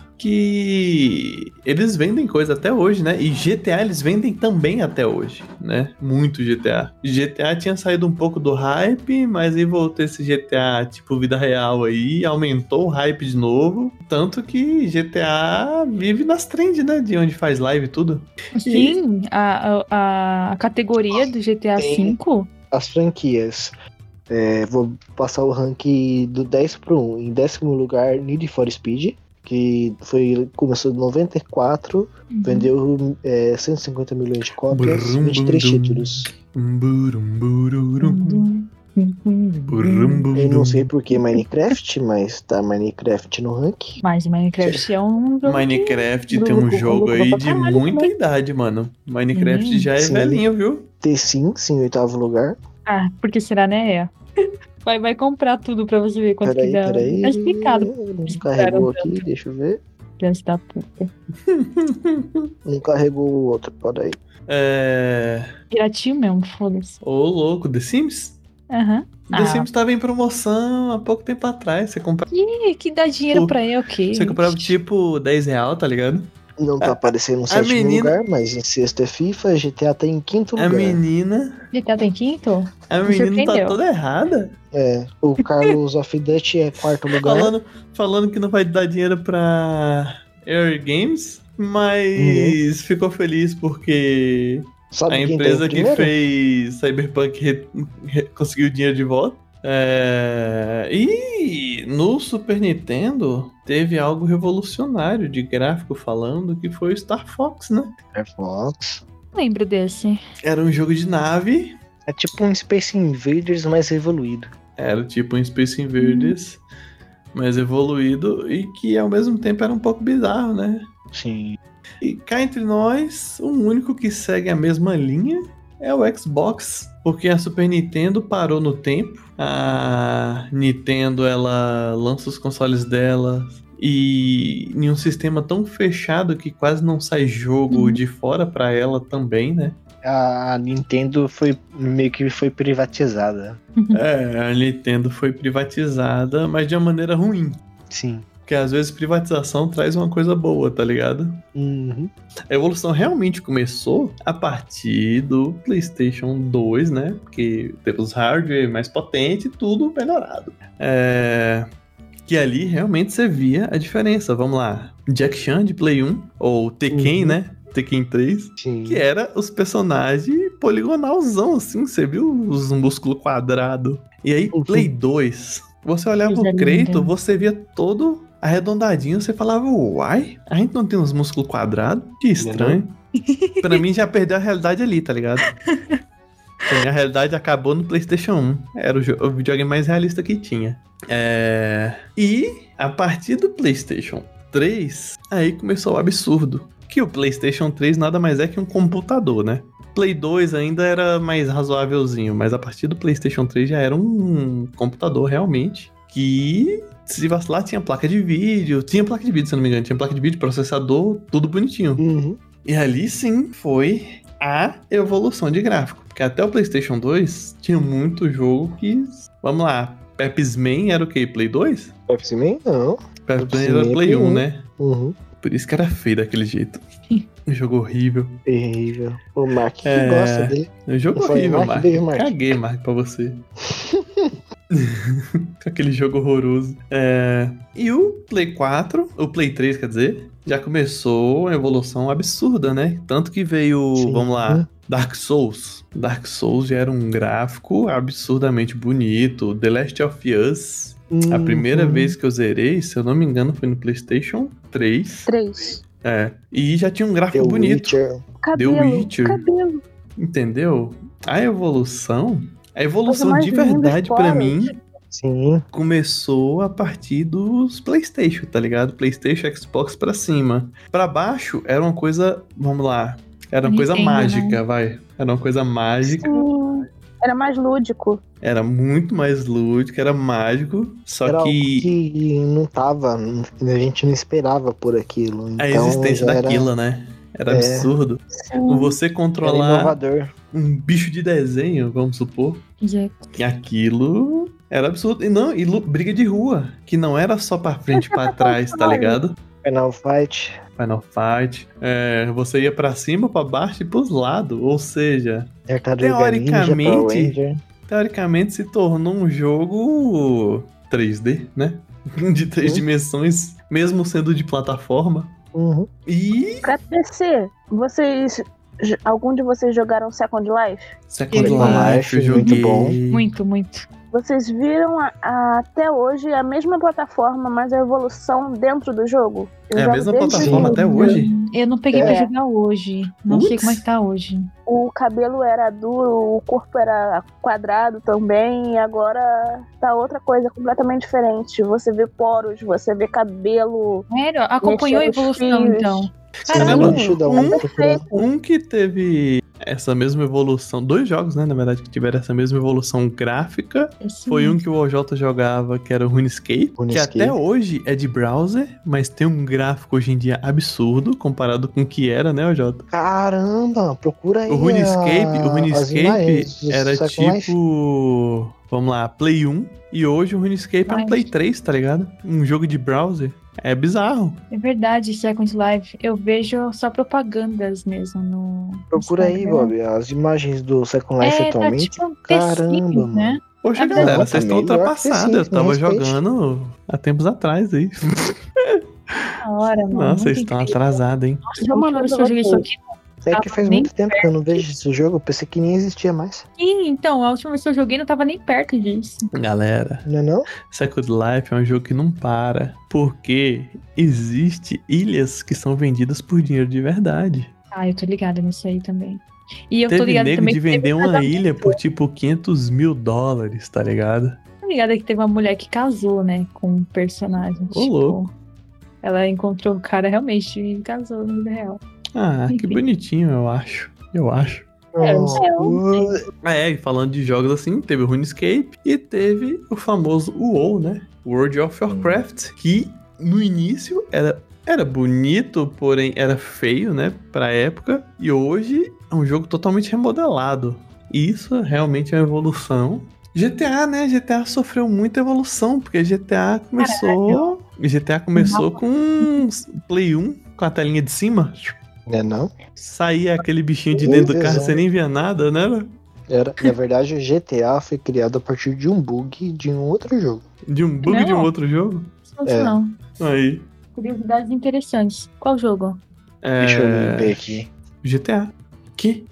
[SPEAKER 2] que eles vendem coisa até hoje, né? E GTA eles vendem também até hoje, né? Muito GTA. GTA tinha saído um pouco do hype, mas aí voltou esse GTA tipo vida real aí, aumentou o hype de novo. Tanto que GTA vive nas trends, né? De onde faz live e tudo.
[SPEAKER 4] Sim, a, a, a categoria do GTA
[SPEAKER 3] Tem.
[SPEAKER 4] V
[SPEAKER 3] As franquias. É, vou passar o ranking do 10 pro 1. Em décimo lugar, Need for Speed, que foi, começou em 94, vendeu é, 150 milhões de cópias,
[SPEAKER 2] Brum, brum,
[SPEAKER 3] 23
[SPEAKER 2] brum.
[SPEAKER 3] títulos.
[SPEAKER 2] Burum, bururum,
[SPEAKER 4] Uhum.
[SPEAKER 2] burum, burum.
[SPEAKER 3] Eu não sei por que Minecraft, mas tá Minecraft no ranking.
[SPEAKER 4] Mas Minecraft é um jogo que-
[SPEAKER 2] Minecraft tem um
[SPEAKER 4] Lucro,
[SPEAKER 2] jogo
[SPEAKER 4] lucro
[SPEAKER 2] aí
[SPEAKER 4] pra
[SPEAKER 2] de
[SPEAKER 4] caralho
[SPEAKER 2] muita
[SPEAKER 4] também.
[SPEAKER 2] idade, mano. Minecraft
[SPEAKER 4] Hum,
[SPEAKER 2] já é
[SPEAKER 3] sim.
[SPEAKER 2] velhinho, viu?
[SPEAKER 3] The Sims em oitavo lugar.
[SPEAKER 4] Ah, porque será, né? É. Vai, vai comprar tudo pra você ver quanto
[SPEAKER 3] Peraí,
[SPEAKER 4] que dá.
[SPEAKER 3] peraí.
[SPEAKER 4] É explicado,
[SPEAKER 3] Não
[SPEAKER 4] Explicaram
[SPEAKER 3] carregou
[SPEAKER 4] tanto.
[SPEAKER 3] aqui, deixa eu ver.
[SPEAKER 4] criança da puta.
[SPEAKER 3] Não Um carregou o outro, peraí.
[SPEAKER 2] É.
[SPEAKER 4] Piratinho mesmo, foda-se.
[SPEAKER 2] Ô, louco, The Sims?
[SPEAKER 4] Aham.
[SPEAKER 2] The
[SPEAKER 4] Ah.
[SPEAKER 2] Sims tava em promoção há pouco tempo atrás. Você comprava,
[SPEAKER 4] Ih, que dá dinheiro
[SPEAKER 2] Pô,
[SPEAKER 4] pra eu, ok.
[SPEAKER 2] você comprava tipo 10 real, tá ligado?
[SPEAKER 3] Não tá aparecendo no sétimo
[SPEAKER 2] menina-
[SPEAKER 3] lugar, mas em sexto é FIFA, GTA tá em quinto
[SPEAKER 2] A
[SPEAKER 3] lugar.
[SPEAKER 2] menina.
[SPEAKER 4] GTA tem tá quinto?
[SPEAKER 2] A
[SPEAKER 4] Me
[SPEAKER 2] menina tá
[SPEAKER 4] surpreendeu.
[SPEAKER 2] toda errada.
[SPEAKER 3] É, o Carlos of Duty é quarto lugar.
[SPEAKER 2] Falando, falando que não vai dar dinheiro pra Air Games, mas ficou feliz porque
[SPEAKER 3] Sabe
[SPEAKER 2] a
[SPEAKER 3] quem
[SPEAKER 2] empresa
[SPEAKER 3] tem o
[SPEAKER 2] que
[SPEAKER 3] primeiro?
[SPEAKER 2] fez Cyberpunk re- re- conseguiu dinheiro de volta. É, E no Super Nintendo teve algo revolucionário de gráfico falando que foi o Star Fox, né?
[SPEAKER 3] É Fox.
[SPEAKER 4] Não Lembro desse.
[SPEAKER 2] Era um jogo de nave,
[SPEAKER 3] É tipo um Space Invaders mais evoluído.
[SPEAKER 2] era tipo um Space Invaders,
[SPEAKER 3] Hum.
[SPEAKER 2] mas evoluído e que ao mesmo tempo era um pouco bizarro, né?
[SPEAKER 3] Sim.
[SPEAKER 2] E cá entre nós, o único que segue a mesma linha é o Xbox, porque a Super Nintendo parou no tempo. A Nintendo ela lança os consoles dela e em um sistema tão fechado que quase não sai jogo
[SPEAKER 4] Uhum.
[SPEAKER 2] de fora pra ela também, né?
[SPEAKER 3] A Nintendo foi meio que foi privatizada.
[SPEAKER 2] É, a Nintendo foi privatizada, mas de uma maneira ruim,
[SPEAKER 3] Sim.
[SPEAKER 2] porque às vezes privatização traz uma coisa boa, tá ligado?
[SPEAKER 3] Uhum.
[SPEAKER 2] A evolução realmente começou a partir do PlayStation 2, né? Porque temos hardware mais potente, tudo melhorado. É... Que ali realmente você via a diferença. Vamos lá. Jack Chan de Play 1, ou Tekken,
[SPEAKER 3] Uhum.
[SPEAKER 2] né? Tekken 3,
[SPEAKER 3] Sim.
[SPEAKER 2] que é? era os personagens poligonalzão, assim. Você viu os músculos quadrados. E aí,
[SPEAKER 3] Uhum.
[SPEAKER 2] Play 2. Você olhava
[SPEAKER 4] Coisa
[SPEAKER 2] o
[SPEAKER 4] linda.
[SPEAKER 2] Creito, você via todo arredondadinho, você falava, uai, a gente não tem uns músculos quadrados? Que estranho. pra mim já perdeu a realidade ali, tá ligado? Pra mim, a realidade acabou no PlayStation 1. Era o, jo- o videogame mais realista que tinha. É, E a partir do PlayStation 3, aí começou o absurdo. Que o PlayStation 3 nada mais é que um computador, né? Play 2 ainda era mais razoávelzinho, mas a partir do PlayStation 3 já era um computador realmente que se vacilar tinha placa de vídeo, tinha placa de vídeo, se eu não me engano, tinha placa de vídeo, processador, tudo bonitinho.
[SPEAKER 3] Uhum.
[SPEAKER 2] E ali sim foi a evolução de gráfico. Porque até o PlayStation 2 tinha muito jogo que. Vamos lá, Pep's Man era o que? Play 2?
[SPEAKER 3] Pepsi Man, não.
[SPEAKER 2] Pep's Man
[SPEAKER 3] Pepsi
[SPEAKER 2] era
[SPEAKER 3] Man é
[SPEAKER 2] Play
[SPEAKER 3] Play
[SPEAKER 2] 1,
[SPEAKER 3] um.
[SPEAKER 2] né?
[SPEAKER 3] Uhum.
[SPEAKER 2] Por isso que era feio daquele jeito. Um jogo horrível.
[SPEAKER 3] Terrível. O Mark que
[SPEAKER 2] É.
[SPEAKER 3] gosta dele.
[SPEAKER 2] Um jogo
[SPEAKER 3] Não foi,
[SPEAKER 2] horrível,
[SPEAKER 3] Mark,
[SPEAKER 2] Mark.
[SPEAKER 3] beijo, Mark.
[SPEAKER 2] Caguei, Mark, pra você. Aquele jogo horroroso. É, E o Play 4, o Play 3, quer dizer, já começou a evolução absurda, né? Tanto que veio,
[SPEAKER 3] Sim.
[SPEAKER 2] vamos lá,
[SPEAKER 3] Hum.
[SPEAKER 2] Dark Souls. Dark Souls já era um gráfico absurdamente bonito. The Last of Us, a primeira
[SPEAKER 3] Uhum.
[SPEAKER 2] vez que eu zerei, se eu não me engano, foi no PlayStation 3.
[SPEAKER 5] Três.
[SPEAKER 2] É. E já tinha um
[SPEAKER 3] The
[SPEAKER 2] gráfico bonito.
[SPEAKER 3] Witcher.
[SPEAKER 5] Cabelo.
[SPEAKER 2] Witcher.
[SPEAKER 5] Cabelo.
[SPEAKER 2] Entendeu? A evolução, a evolução
[SPEAKER 5] mais
[SPEAKER 2] de
[SPEAKER 5] linda
[SPEAKER 2] verdade pra
[SPEAKER 5] fora.
[SPEAKER 2] mim
[SPEAKER 3] Sim.
[SPEAKER 2] começou a partir dos PlayStation, tá ligado? PlayStation, Xbox pra cima. Pra baixo era uma coisa, vamos lá, era uma coisa
[SPEAKER 4] Nintendo, né?
[SPEAKER 2] mágica, vai. Era uma coisa mágica,
[SPEAKER 5] Hum, era mais lúdico.
[SPEAKER 2] era muito mais lúdico, era mágico, só
[SPEAKER 3] era algo
[SPEAKER 2] que
[SPEAKER 3] que não tava. A gente não esperava por aquilo. Então,
[SPEAKER 2] a existência
[SPEAKER 3] já
[SPEAKER 2] daquilo, né? Era
[SPEAKER 3] É.
[SPEAKER 2] absurdo.
[SPEAKER 5] Sim.
[SPEAKER 2] Você
[SPEAKER 3] Era, era
[SPEAKER 2] controlar
[SPEAKER 3] inovador.
[SPEAKER 2] um bicho de desenho, vamos supor,
[SPEAKER 4] Já- é
[SPEAKER 2] E aquilo era absurdo. E não, e lu- briga de rua, que não era só pra frente e pra trás, tá ligado?
[SPEAKER 3] Final Fight.
[SPEAKER 2] Final Fight. É, você ia pra cima, pra baixo e pros lados. Ou seja,
[SPEAKER 3] Tartaruga
[SPEAKER 2] Teoricamente-
[SPEAKER 3] Ninja, Power Ranger.
[SPEAKER 2] teoricamente se tornou um jogo 3D, né? De três
[SPEAKER 3] Sim.
[SPEAKER 2] dimensões, mesmo sendo de plataforma.
[SPEAKER 3] Uhum.
[SPEAKER 2] E.
[SPEAKER 5] Pra PC, vocês. j- Algum de vocês jogaram Second Life?
[SPEAKER 2] Second
[SPEAKER 4] Ele-
[SPEAKER 2] Life, eu
[SPEAKER 3] muito
[SPEAKER 2] joguei.
[SPEAKER 3] bom.
[SPEAKER 4] Muito, muito.
[SPEAKER 5] Vocês viram a- a- até hoje a mesma plataforma, mas a evolução dentro do jogo? Eu
[SPEAKER 2] É a
[SPEAKER 5] jogo
[SPEAKER 2] mesma
[SPEAKER 5] desde
[SPEAKER 2] plataforma
[SPEAKER 5] o-
[SPEAKER 2] até hoje.
[SPEAKER 4] Eu não peguei pra
[SPEAKER 3] É.
[SPEAKER 4] jogar hoje. Não sei
[SPEAKER 2] Putz.
[SPEAKER 4] como é que tá hoje.
[SPEAKER 5] O cabelo era duro, o corpo era quadrado também, e agora tá outra coisa completamente diferente. Você vê poros, você vê cabelo.
[SPEAKER 4] Sério? Acompanhou a
[SPEAKER 5] Mexer os
[SPEAKER 4] evolução,
[SPEAKER 5] fios.
[SPEAKER 4] então.
[SPEAKER 2] Caramba,
[SPEAKER 3] Sim, deixa eu dar uma
[SPEAKER 2] um
[SPEAKER 3] procurada.
[SPEAKER 2] Um que teve essa mesma evolução, dois jogos, né, na verdade, que tiveram essa mesma evolução gráfica,
[SPEAKER 4] Esse-
[SPEAKER 2] foi um que o OJ jogava, que era o RuneScape, que
[SPEAKER 3] Hum. RuneScape.
[SPEAKER 2] até hoje é de browser, mas tem um gráfico hoje em dia absurdo comparado com o que era, né, OJ?
[SPEAKER 3] Caramba, procura aí.
[SPEAKER 2] O RuneScape,
[SPEAKER 3] a-
[SPEAKER 2] o
[SPEAKER 3] as
[SPEAKER 2] RuneScape
[SPEAKER 3] imagens tá do
[SPEAKER 2] era
[SPEAKER 3] Second Life.
[SPEAKER 2] tipo, vamos lá, Play 1, e hoje o RuneScape é um
[SPEAKER 4] Mas-
[SPEAKER 2] Play 3, tá ligado? Um jogo de browser. É bizarro.
[SPEAKER 4] É verdade, Second Life. Eu vejo só propagandas mesmo no.
[SPEAKER 3] Procura aí,
[SPEAKER 4] Instagram.
[SPEAKER 3] Bob, as imagens do Second Life
[SPEAKER 4] É, tá
[SPEAKER 3] atualmente.
[SPEAKER 4] tipo um
[SPEAKER 3] Caramba,
[SPEAKER 4] tecido, né?
[SPEAKER 2] Poxa,
[SPEAKER 4] É
[SPEAKER 2] galera,
[SPEAKER 3] verdade.
[SPEAKER 2] vocês estão
[SPEAKER 3] Não, também, eu acho que
[SPEAKER 2] ultrapassados.
[SPEAKER 3] sim,
[SPEAKER 2] Eu tava
[SPEAKER 3] me respeite.
[SPEAKER 2] jogando há tempos atrás aí.
[SPEAKER 4] Da hora, mano.
[SPEAKER 2] Nossa, tá vocês
[SPEAKER 4] Muito
[SPEAKER 2] estão
[SPEAKER 4] incrível.
[SPEAKER 2] atrasados, hein?
[SPEAKER 4] Nossa, vamos mandar
[SPEAKER 5] Muito
[SPEAKER 4] eu joguei isso
[SPEAKER 5] bom.
[SPEAKER 4] aqui.
[SPEAKER 3] É que faz muito tempo que eu não vejo esse jogo, pensei que nem existia mais.
[SPEAKER 4] Ih, então, a última vez que eu joguei não tava nem perto disso.
[SPEAKER 2] Galera,
[SPEAKER 3] Não é não?
[SPEAKER 2] Second Life é um jogo que não para. Porque existe ilhas que são vendidas por dinheiro de verdade.
[SPEAKER 4] Ah, eu tô ligada nisso aí também. E eu tô
[SPEAKER 2] teve
[SPEAKER 4] ligada
[SPEAKER 2] nego
[SPEAKER 4] também.
[SPEAKER 2] de
[SPEAKER 4] que teve
[SPEAKER 2] vender
[SPEAKER 4] um
[SPEAKER 2] uma
[SPEAKER 4] casamento.
[SPEAKER 2] ilha por tipo 500 mil dólares, tá ligado?
[SPEAKER 4] Tô ligada que teve uma mulher que casou, né? Com um personagem.
[SPEAKER 2] Ô, louco.
[SPEAKER 4] Ela encontrou o cara realmente e casou na vida real.
[SPEAKER 2] Ah, que
[SPEAKER 4] Enfim.
[SPEAKER 2] bonitinho, eu acho. Eu acho.
[SPEAKER 4] É, eu sei, eu
[SPEAKER 3] Oh,
[SPEAKER 2] Ah, É, e falando de jogos assim, teve o RuneScape e teve o famoso WoW, né? World of Warcraft, que no início era, era bonito, porém era feio, né? Pra época. E hoje é um jogo totalmente remodelado. E isso realmente é uma evolução. GTA, né? GTA sofreu muita evolução, porque GTA começou. GTA começou com um Play 1, com a telinha de cima.
[SPEAKER 3] Não é não?
[SPEAKER 2] Saía aquele bichinho de dentro do carro, você nem via nada, né?
[SPEAKER 3] Era, na verdade, o GTA foi criado a partir de um bug de um outro jogo.
[SPEAKER 2] De um bug
[SPEAKER 4] Não.
[SPEAKER 2] de um outro jogo?
[SPEAKER 4] Não sei
[SPEAKER 3] É.
[SPEAKER 4] não.
[SPEAKER 2] Aí.
[SPEAKER 4] Curiosidades interessantes. Qual jogo?
[SPEAKER 2] É...
[SPEAKER 3] Deixa eu ver aqui.
[SPEAKER 2] GTA. Que?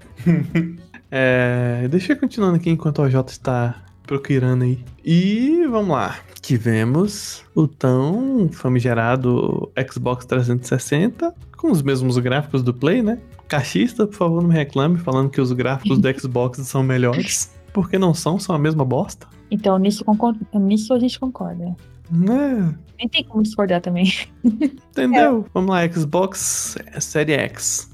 [SPEAKER 2] É, Deixa eu continuando aqui enquanto o OJ está procurando aí. E vamos lá. Tivemos o tão famigerado Xbox 360 com os mesmos gráficos do Play, né? Caixista, por favor, não me reclame falando que os gráficos do Xbox são melhores. Porque não são, são a mesma bosta.
[SPEAKER 4] Então, nisso, concor- nisso a gente concorda.
[SPEAKER 2] Né?
[SPEAKER 4] Nem tem como discordar também.
[SPEAKER 2] Entendeu? Vamos lá, Xbox Série X.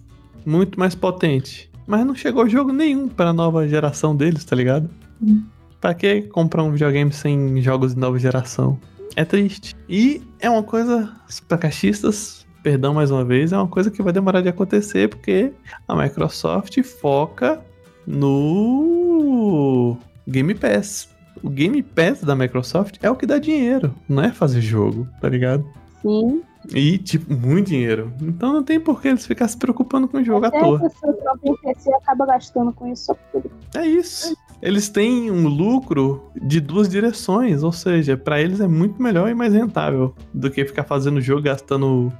[SPEAKER 2] Muito mais potente. Mas não chegou jogo nenhum pra nova geração deles, tá ligado?
[SPEAKER 4] Hum.
[SPEAKER 2] Pra que comprar um videogame sem jogos de nova geração? É triste. E é uma coisa, pra caixistas, perdão mais uma vez, é uma coisa que vai demorar de acontecer porque a Microsoft foca no Game Pass. O Game Pass da Microsoft é o que dá dinheiro, não é fazer jogo, tá ligado?
[SPEAKER 5] Sim.
[SPEAKER 2] E, tipo, muito dinheiro. Então não tem por que eles ficarem se preocupando com o jogo à
[SPEAKER 5] Até
[SPEAKER 2] toa.
[SPEAKER 5] É o seu próprio PC acaba gastando com isso só porque ele
[SPEAKER 2] É isso. Eles têm um lucro de duas direções, ou seja, pra eles é muito melhor e mais rentável do que ficar fazendo jogo gastando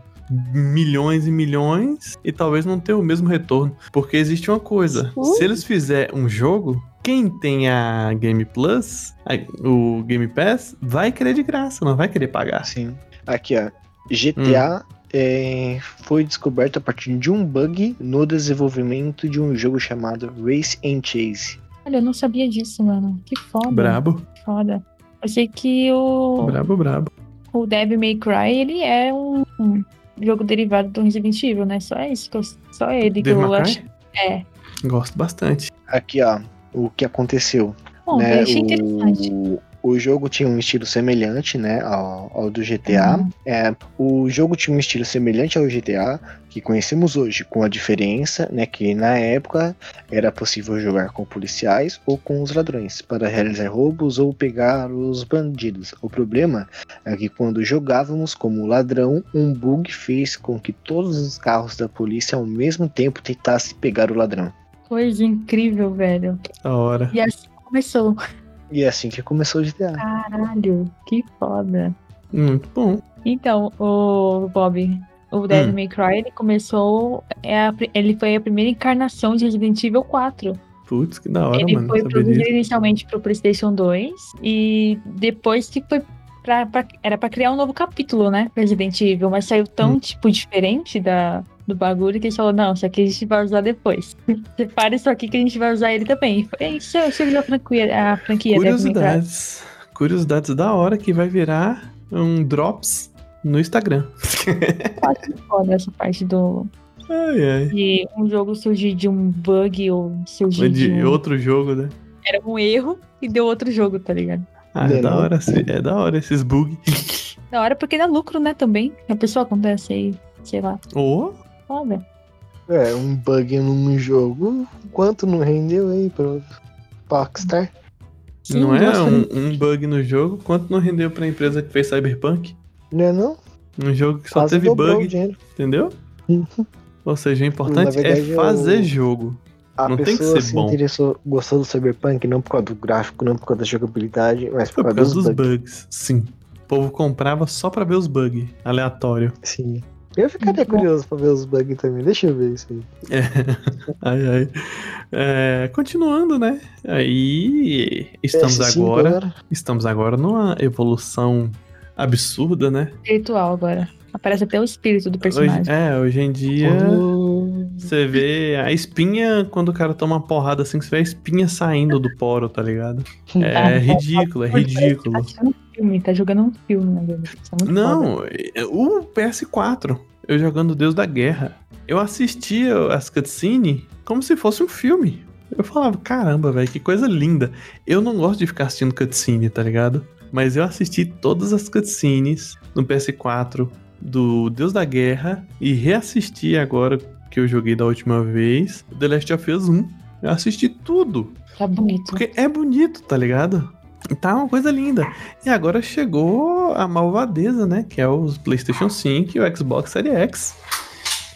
[SPEAKER 2] milhões e milhões e talvez não ter o mesmo retorno, porque existe uma coisa.
[SPEAKER 5] Sim.
[SPEAKER 2] Se eles fizerem um jogo, quem tem a Game Plus, a- o Game Pass, vai querer de graça, não vai querer pagar.
[SPEAKER 3] Assim, aqui ó, GTA é, foi descoberto a partir de um bug no desenvolvimento de um jogo chamado Race and Chase.
[SPEAKER 4] Olha, eu não sabia disso, mano. Que foda.
[SPEAKER 2] Brabo,
[SPEAKER 4] Que foda. Eu sei que o,
[SPEAKER 2] brabo, brabo.
[SPEAKER 4] o Devil May Cry, ele é um, um jogo derivado do Resident Evil, né? Só isso que eu, só ele que
[SPEAKER 2] Devil
[SPEAKER 4] eu
[SPEAKER 2] May
[SPEAKER 4] acho.
[SPEAKER 2] Cry?
[SPEAKER 4] É.
[SPEAKER 2] Gosto bastante.
[SPEAKER 3] Aqui ó, o que aconteceu?
[SPEAKER 4] Bom,
[SPEAKER 3] né,
[SPEAKER 4] eu achei interessante.
[SPEAKER 3] O, o jogo tinha um estilo semelhante, né, ao, ao do GTA.
[SPEAKER 4] Uhum.
[SPEAKER 3] É, o jogo tinha um estilo semelhante ao GTA que conhecemos hoje, com a diferença, né, que na época era possível jogar com policiais ou com os ladrões para realizar roubos ou pegar os bandidos. O problema é que quando jogávamos como ladrão, um bug fez com que todos os carros da polícia ao mesmo tempo tentassem pegar o ladrão.
[SPEAKER 4] Coisa incrível, velho.
[SPEAKER 2] Da hora.
[SPEAKER 4] E assim começou.
[SPEAKER 3] E é assim que começou o GTA.
[SPEAKER 4] Caralho, que foda.
[SPEAKER 2] Muito bom.
[SPEAKER 4] Então, o Bob, o Devil
[SPEAKER 2] Hum.
[SPEAKER 4] May Cry, ele começou. é a pri- ele foi a primeira encarnação de Resident Evil 4.
[SPEAKER 2] Putz, que da hora,
[SPEAKER 4] ele
[SPEAKER 2] mano.
[SPEAKER 4] É, foi
[SPEAKER 2] saber
[SPEAKER 4] produzido
[SPEAKER 2] disso.
[SPEAKER 4] inicialmente pro PlayStation 2 e depois que foi. Pra, pra- era pra criar um novo capítulo, né? pra Resident Evil, mas saiu
[SPEAKER 2] Hum.
[SPEAKER 4] tão, tipo, diferente da, do bagulho que eles falaram: não, isso aqui a gente vai usar depois. Separa isso aqui que a gente vai usar ele também. E foi- Isso é isso é a franquia, a franquia né, Devil May Cry.
[SPEAKER 2] Curiosidades. Curiosidades da hora que vai virar um Drops no Instagram.
[SPEAKER 4] Foda essa parte do.
[SPEAKER 2] Ai, ai.
[SPEAKER 4] de um jogo surgir de um bug ou surgir de,
[SPEAKER 2] De
[SPEAKER 4] um,
[SPEAKER 2] outro jogo, né?
[SPEAKER 4] era um erro e deu outro jogo, tá ligado?
[SPEAKER 2] Ah, é
[SPEAKER 3] Dele.
[SPEAKER 2] da hora, esse- é da hora esses bugs.
[SPEAKER 4] Da hora porque dá lucro, né, também. A pessoa acontece aí, sei lá.
[SPEAKER 2] Ô,
[SPEAKER 4] Olha,
[SPEAKER 3] É, um bug num jogo. Quanto não rendeu aí pro Rockstar?
[SPEAKER 4] Sim,
[SPEAKER 2] não é
[SPEAKER 4] nossa,
[SPEAKER 2] um, um bug no jogo, quanto não rendeu pra empresa que fez Cyberpunk?
[SPEAKER 3] Não é não?
[SPEAKER 2] Um jogo que só
[SPEAKER 3] Quase
[SPEAKER 2] teve
[SPEAKER 3] dobrou o
[SPEAKER 2] bug,
[SPEAKER 3] dinheiro.
[SPEAKER 2] entendeu? Ou seja, o importante
[SPEAKER 3] verdade,
[SPEAKER 2] é
[SPEAKER 3] eu-
[SPEAKER 2] fazer jogo.
[SPEAKER 3] A
[SPEAKER 2] Não tem que
[SPEAKER 3] pessoa
[SPEAKER 2] ser
[SPEAKER 3] se
[SPEAKER 2] bom.
[SPEAKER 3] interessou, gostou do Cyberpunk, não por causa do gráfico, não por causa da jogabilidade, mas
[SPEAKER 2] Foi
[SPEAKER 3] por causa,
[SPEAKER 2] por causa
[SPEAKER 3] dos,
[SPEAKER 2] dos
[SPEAKER 3] bugs.
[SPEAKER 2] bugs, sim. O povo comprava só pra ver os bugs, aleatório.
[SPEAKER 3] Sim. Eu ficaria
[SPEAKER 2] Uhum.
[SPEAKER 4] Muito bom.
[SPEAKER 3] curioso pra ver os bugs também. Deixa eu ver isso aí.
[SPEAKER 2] É. Ai, ai. É, continuando, né? Aí estamos
[SPEAKER 3] PS5
[SPEAKER 2] agora, estamos agora numa evolução absurda, né?
[SPEAKER 4] virtual agora. Aparece até o espírito do
[SPEAKER 2] Hoje,
[SPEAKER 4] personagem.
[SPEAKER 2] é, hoje em dia
[SPEAKER 3] Hum,
[SPEAKER 2] você vê a espinha quando o cara toma uma porrada assim, você vê a espinha saindo do poro, tá ligado? É ridículo, é ridículo.
[SPEAKER 4] Tá tirando um filme, tá jogando um filme, na verdade. Isso é muito foda.
[SPEAKER 2] Não, é, o PS4, eu jogando Deus da Guerra, eu assistia as cutscenes como se fosse um filme. Eu falava, caramba, velho, que coisa linda. Eu não gosto de ficar assistindo cutscene, tá ligado? Mas eu assisti todas as cutscenes no PS4 do Deus da Guerra e reassisti agora que eu joguei da última vez, The Last of Us 1. Eu assisti tudo.
[SPEAKER 4] Tá bonito.
[SPEAKER 2] Porque é bonito, tá ligado? Tá uma coisa linda. E agora chegou a malvadeza, né? Que é os PlayStation 5 e o Xbox Series X.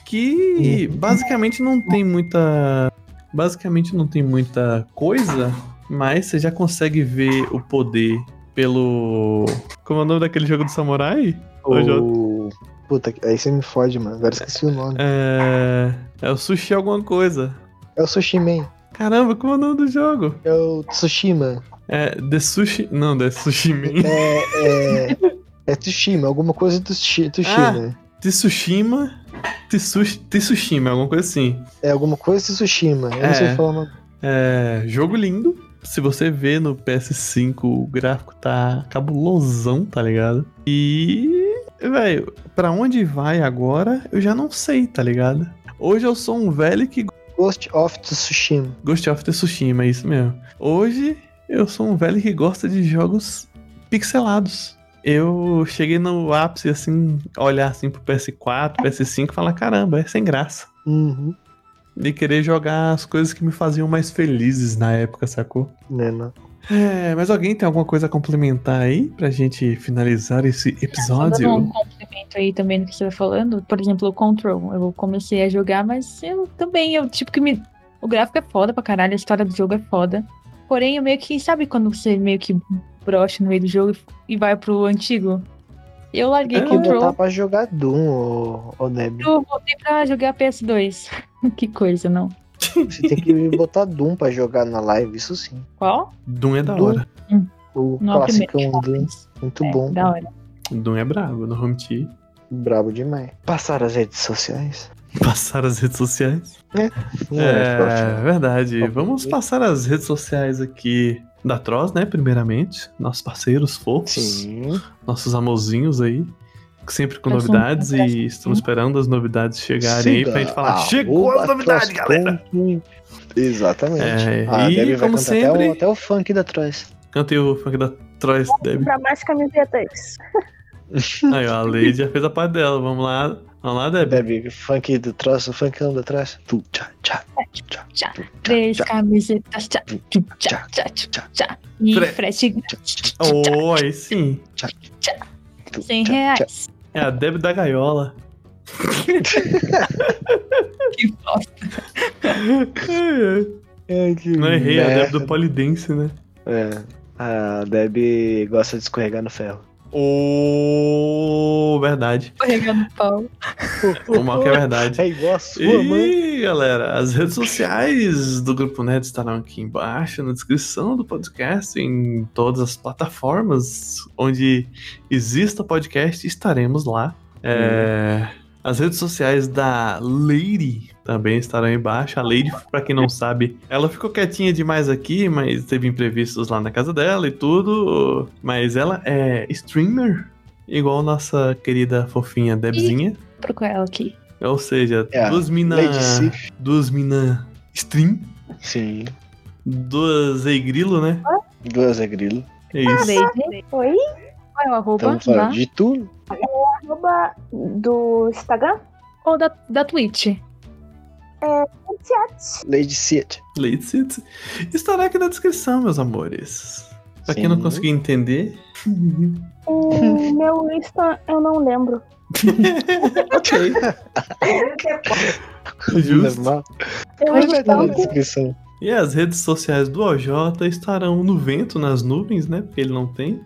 [SPEAKER 2] Que basicamente não tem muita. Basicamente não tem muita coisa, mas você já consegue ver o poder pelo. Como é o nome daquele jogo do samurai?
[SPEAKER 3] o-
[SPEAKER 2] Hoje
[SPEAKER 3] Puta, aí você me fode, mano. Agora esqueci o nome.
[SPEAKER 2] É. É o sushi alguma coisa.
[SPEAKER 3] É o Sushi Man.
[SPEAKER 2] Caramba, como é o nome do jogo?
[SPEAKER 3] É o Tsushima.
[SPEAKER 2] É The Sushi. Não, The Sushi Man.
[SPEAKER 3] É. É, é Tsushima, alguma coisa do
[SPEAKER 2] Ah,
[SPEAKER 3] Tsushi- Tsushima.
[SPEAKER 2] Tsushima. Tsush- Tsushima, alguma coisa assim.
[SPEAKER 3] É alguma coisa de Tsushima. Eu
[SPEAKER 2] É.
[SPEAKER 3] não sei falar o nome.
[SPEAKER 2] É, jogo lindo. Se você vê no PS5, o gráfico tá cabulosão, tá ligado? E, velho, pra onde vai agora, eu já não sei, tá ligado? Hoje eu sou um velho que
[SPEAKER 3] Ghost of Tsushima.
[SPEAKER 2] Ghost of Tsushima, é isso mesmo. Hoje eu sou um velho que gosta de jogos pixelados. Eu cheguei no ápice assim, olhar assim pro PS4, PS5 e falar, caramba, é sem graça.
[SPEAKER 3] Uhum.
[SPEAKER 2] De querer jogar as coisas que me faziam mais felizes na época, sacou?
[SPEAKER 3] Né, não.
[SPEAKER 2] É, mas alguém tem alguma coisa a complementar aí pra gente finalizar esse
[SPEAKER 4] Só dando um
[SPEAKER 3] tá
[SPEAKER 2] episódio?
[SPEAKER 4] complemento aí também no que você tá falando. Por exemplo, o Control. Eu comecei a jogar, mas eu também, eu tipo que me. O gráfico é foda pra caralho, a história do jogo é foda. Porém, eu meio que. Sabe quando você meio que brocha no meio do jogo e vai pro antigo? Eu larguei
[SPEAKER 2] É,
[SPEAKER 3] Tem que botar
[SPEAKER 4] Control
[SPEAKER 3] pra jogar Doom, ô, ô Deb.
[SPEAKER 4] e eu voltei pra jogar PS2. que coisa, não.
[SPEAKER 3] Você tem que botar Doom pra jogar na live, isso sim.
[SPEAKER 4] Qual?
[SPEAKER 2] Doom é da
[SPEAKER 3] Doom.
[SPEAKER 2] hora.
[SPEAKER 3] O
[SPEAKER 4] Não, a
[SPEAKER 3] clássico
[SPEAKER 4] primeira.
[SPEAKER 3] Doom, muito
[SPEAKER 4] É,
[SPEAKER 3] bom.
[SPEAKER 4] Da hora.
[SPEAKER 2] Doom é brabo, no Home Team.
[SPEAKER 3] Brabo demais. Passaram as redes sociais?
[SPEAKER 2] Passar as redes sociais. É,
[SPEAKER 3] Não, né?
[SPEAKER 2] Tá
[SPEAKER 3] próximo.
[SPEAKER 2] verdade.
[SPEAKER 3] Próximo.
[SPEAKER 2] Vamos passar as redes sociais aqui da Troz, né? Primeiramente, nossos parceiros fofos,
[SPEAKER 3] Sim.
[SPEAKER 2] nossos amorzinhos aí, que sempre com
[SPEAKER 4] Nós somos
[SPEAKER 2] novidades
[SPEAKER 4] muito
[SPEAKER 2] e estamos esperando as novidades chegarem aí pra gente falar:
[SPEAKER 3] um Siga,
[SPEAKER 2] chegou
[SPEAKER 3] arroba
[SPEAKER 2] a novidade,
[SPEAKER 3] Troz
[SPEAKER 2] galera!
[SPEAKER 3] Ponto. Exatamente.
[SPEAKER 2] É,
[SPEAKER 3] a
[SPEAKER 2] e,
[SPEAKER 3] Debbie vai
[SPEAKER 2] como
[SPEAKER 3] cantar
[SPEAKER 2] sempre-
[SPEAKER 3] até, o, até o funk da Troz.
[SPEAKER 2] Cantei o funk da Troz, Deb.
[SPEAKER 5] Pra mais camisetas.
[SPEAKER 2] Aí, ó, a Lady já fez a parte dela. Vamos lá, vamos lá, Deb.
[SPEAKER 3] Debbie, funk do Troz, o funkão da Troz. Tu, tchá, tchá, tchá,
[SPEAKER 4] Tchá.
[SPEAKER 3] tu,
[SPEAKER 4] Três
[SPEAKER 3] tchá,
[SPEAKER 4] camisetas. Tchá, tchá, tchá, tchá, tchá, tchá. E
[SPEAKER 2] Fre-
[SPEAKER 4] frete
[SPEAKER 3] tchá, tchá,
[SPEAKER 2] Oh, aí sim.
[SPEAKER 3] tchá,
[SPEAKER 4] Tchá.
[SPEAKER 3] tu,
[SPEAKER 4] 100
[SPEAKER 3] tchá, tchá.
[SPEAKER 4] reais.
[SPEAKER 2] É a Deb da Gaiola.
[SPEAKER 4] Que bosta.
[SPEAKER 2] É, é.
[SPEAKER 3] Ai, que
[SPEAKER 2] Não errei, a Deb
[SPEAKER 3] merda.
[SPEAKER 2] do Polidense, né?
[SPEAKER 3] É, a Debbie gosta de escorregar no ferro.
[SPEAKER 2] Oh, verdade.
[SPEAKER 4] Carregando pau.
[SPEAKER 2] O mal que é verdade.
[SPEAKER 3] É igual a sua mãe.
[SPEAKER 2] E galera, as redes sociais do Grupo Nerd estarão aqui embaixo na descrição do podcast, em todas as plataformas onde exista podcast, estaremos lá. É, As redes sociais da Lady também estarão embaixo. A Lady, pra quem não sabe, ela ficou quietinha demais aqui, mas teve imprevistos lá na casa dela e tudo. Mas ela é streamer, igual nossa querida fofinha Debzinha.
[SPEAKER 4] Procura é ela aqui.
[SPEAKER 2] Ou seja,
[SPEAKER 3] É,
[SPEAKER 2] duas mina.
[SPEAKER 3] Lady Sif.
[SPEAKER 2] Duas mina stream.
[SPEAKER 3] Sim.
[SPEAKER 2] Duas ei grilo, né?
[SPEAKER 3] Duas é grilo.
[SPEAKER 2] É isso.
[SPEAKER 4] Lady,
[SPEAKER 5] Oi?
[SPEAKER 4] qual é o arroba
[SPEAKER 3] Estamos
[SPEAKER 4] lá?
[SPEAKER 3] falando de tudo.
[SPEAKER 5] Arroba do Instagram?
[SPEAKER 4] Ou da, da Twitch?
[SPEAKER 5] Chat.
[SPEAKER 3] Lady City.
[SPEAKER 2] Lady Sits. Estará aqui na descrição, meus amores. Pra quem
[SPEAKER 3] Sim.
[SPEAKER 2] não conseguiu entender.
[SPEAKER 5] O meu Insta eu não lembro.
[SPEAKER 3] Ok.
[SPEAKER 2] Justo.
[SPEAKER 3] Normal.
[SPEAKER 5] Eu
[SPEAKER 4] Mas
[SPEAKER 3] Vai
[SPEAKER 5] estou
[SPEAKER 3] estar na
[SPEAKER 5] com-
[SPEAKER 3] é descrição.
[SPEAKER 2] E as redes sociais do OJ estarão no vento, nas nuvens, né? Porque ele não tem.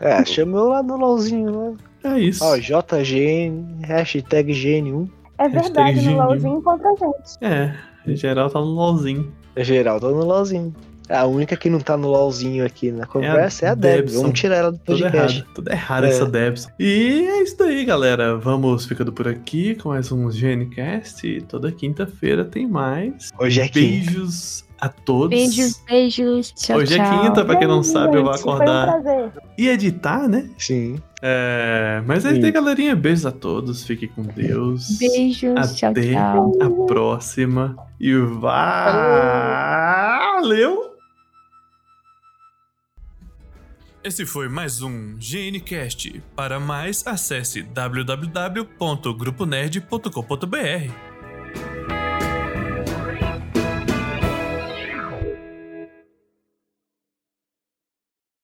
[SPEAKER 3] É, chama eu lá no LOLzinho lá.
[SPEAKER 2] É isso.
[SPEAKER 3] Ó, JGN, hashtag GN1.
[SPEAKER 5] É verdade,
[SPEAKER 2] Hashtag
[SPEAKER 5] no
[SPEAKER 2] Gini.
[SPEAKER 5] LOLzinho encontra a gente.
[SPEAKER 2] É, em geral tá no LOLzinho.
[SPEAKER 3] Geral, tá no LOLzinho. A única que não tá no LOLzinho aqui na conversa é a, Deb.
[SPEAKER 2] Debson.
[SPEAKER 3] Vamos tirar ela do
[SPEAKER 2] Tudo
[SPEAKER 3] podcast.
[SPEAKER 2] errado, tudo errado
[SPEAKER 3] É.
[SPEAKER 2] essa Debs. E é isso aí, galera. Vamos ficando por aqui com mais um GNCast. E Toda quinta-feira tem mais.
[SPEAKER 3] Hoje é quinta.
[SPEAKER 2] Beijos a todos.
[SPEAKER 4] Beijos, beijos. Tchau,
[SPEAKER 2] Hoje é
[SPEAKER 4] tchau.
[SPEAKER 2] quinta, pra quem não sabe, eu vou
[SPEAKER 5] Gente, Foi
[SPEAKER 2] acordar
[SPEAKER 5] um prazer.
[SPEAKER 2] e editar, né?
[SPEAKER 3] Sim.
[SPEAKER 2] É, mas é isso aí,
[SPEAKER 3] Isso.
[SPEAKER 2] galerinha. Beijos a todos. Fiquem com Deus.
[SPEAKER 4] Beijos, tchau,
[SPEAKER 2] Até
[SPEAKER 4] tchau.
[SPEAKER 2] a próxima. E valeu!
[SPEAKER 1] Esse foi mais um GNCast. Para mais, acesse www.gruponerd.com.br.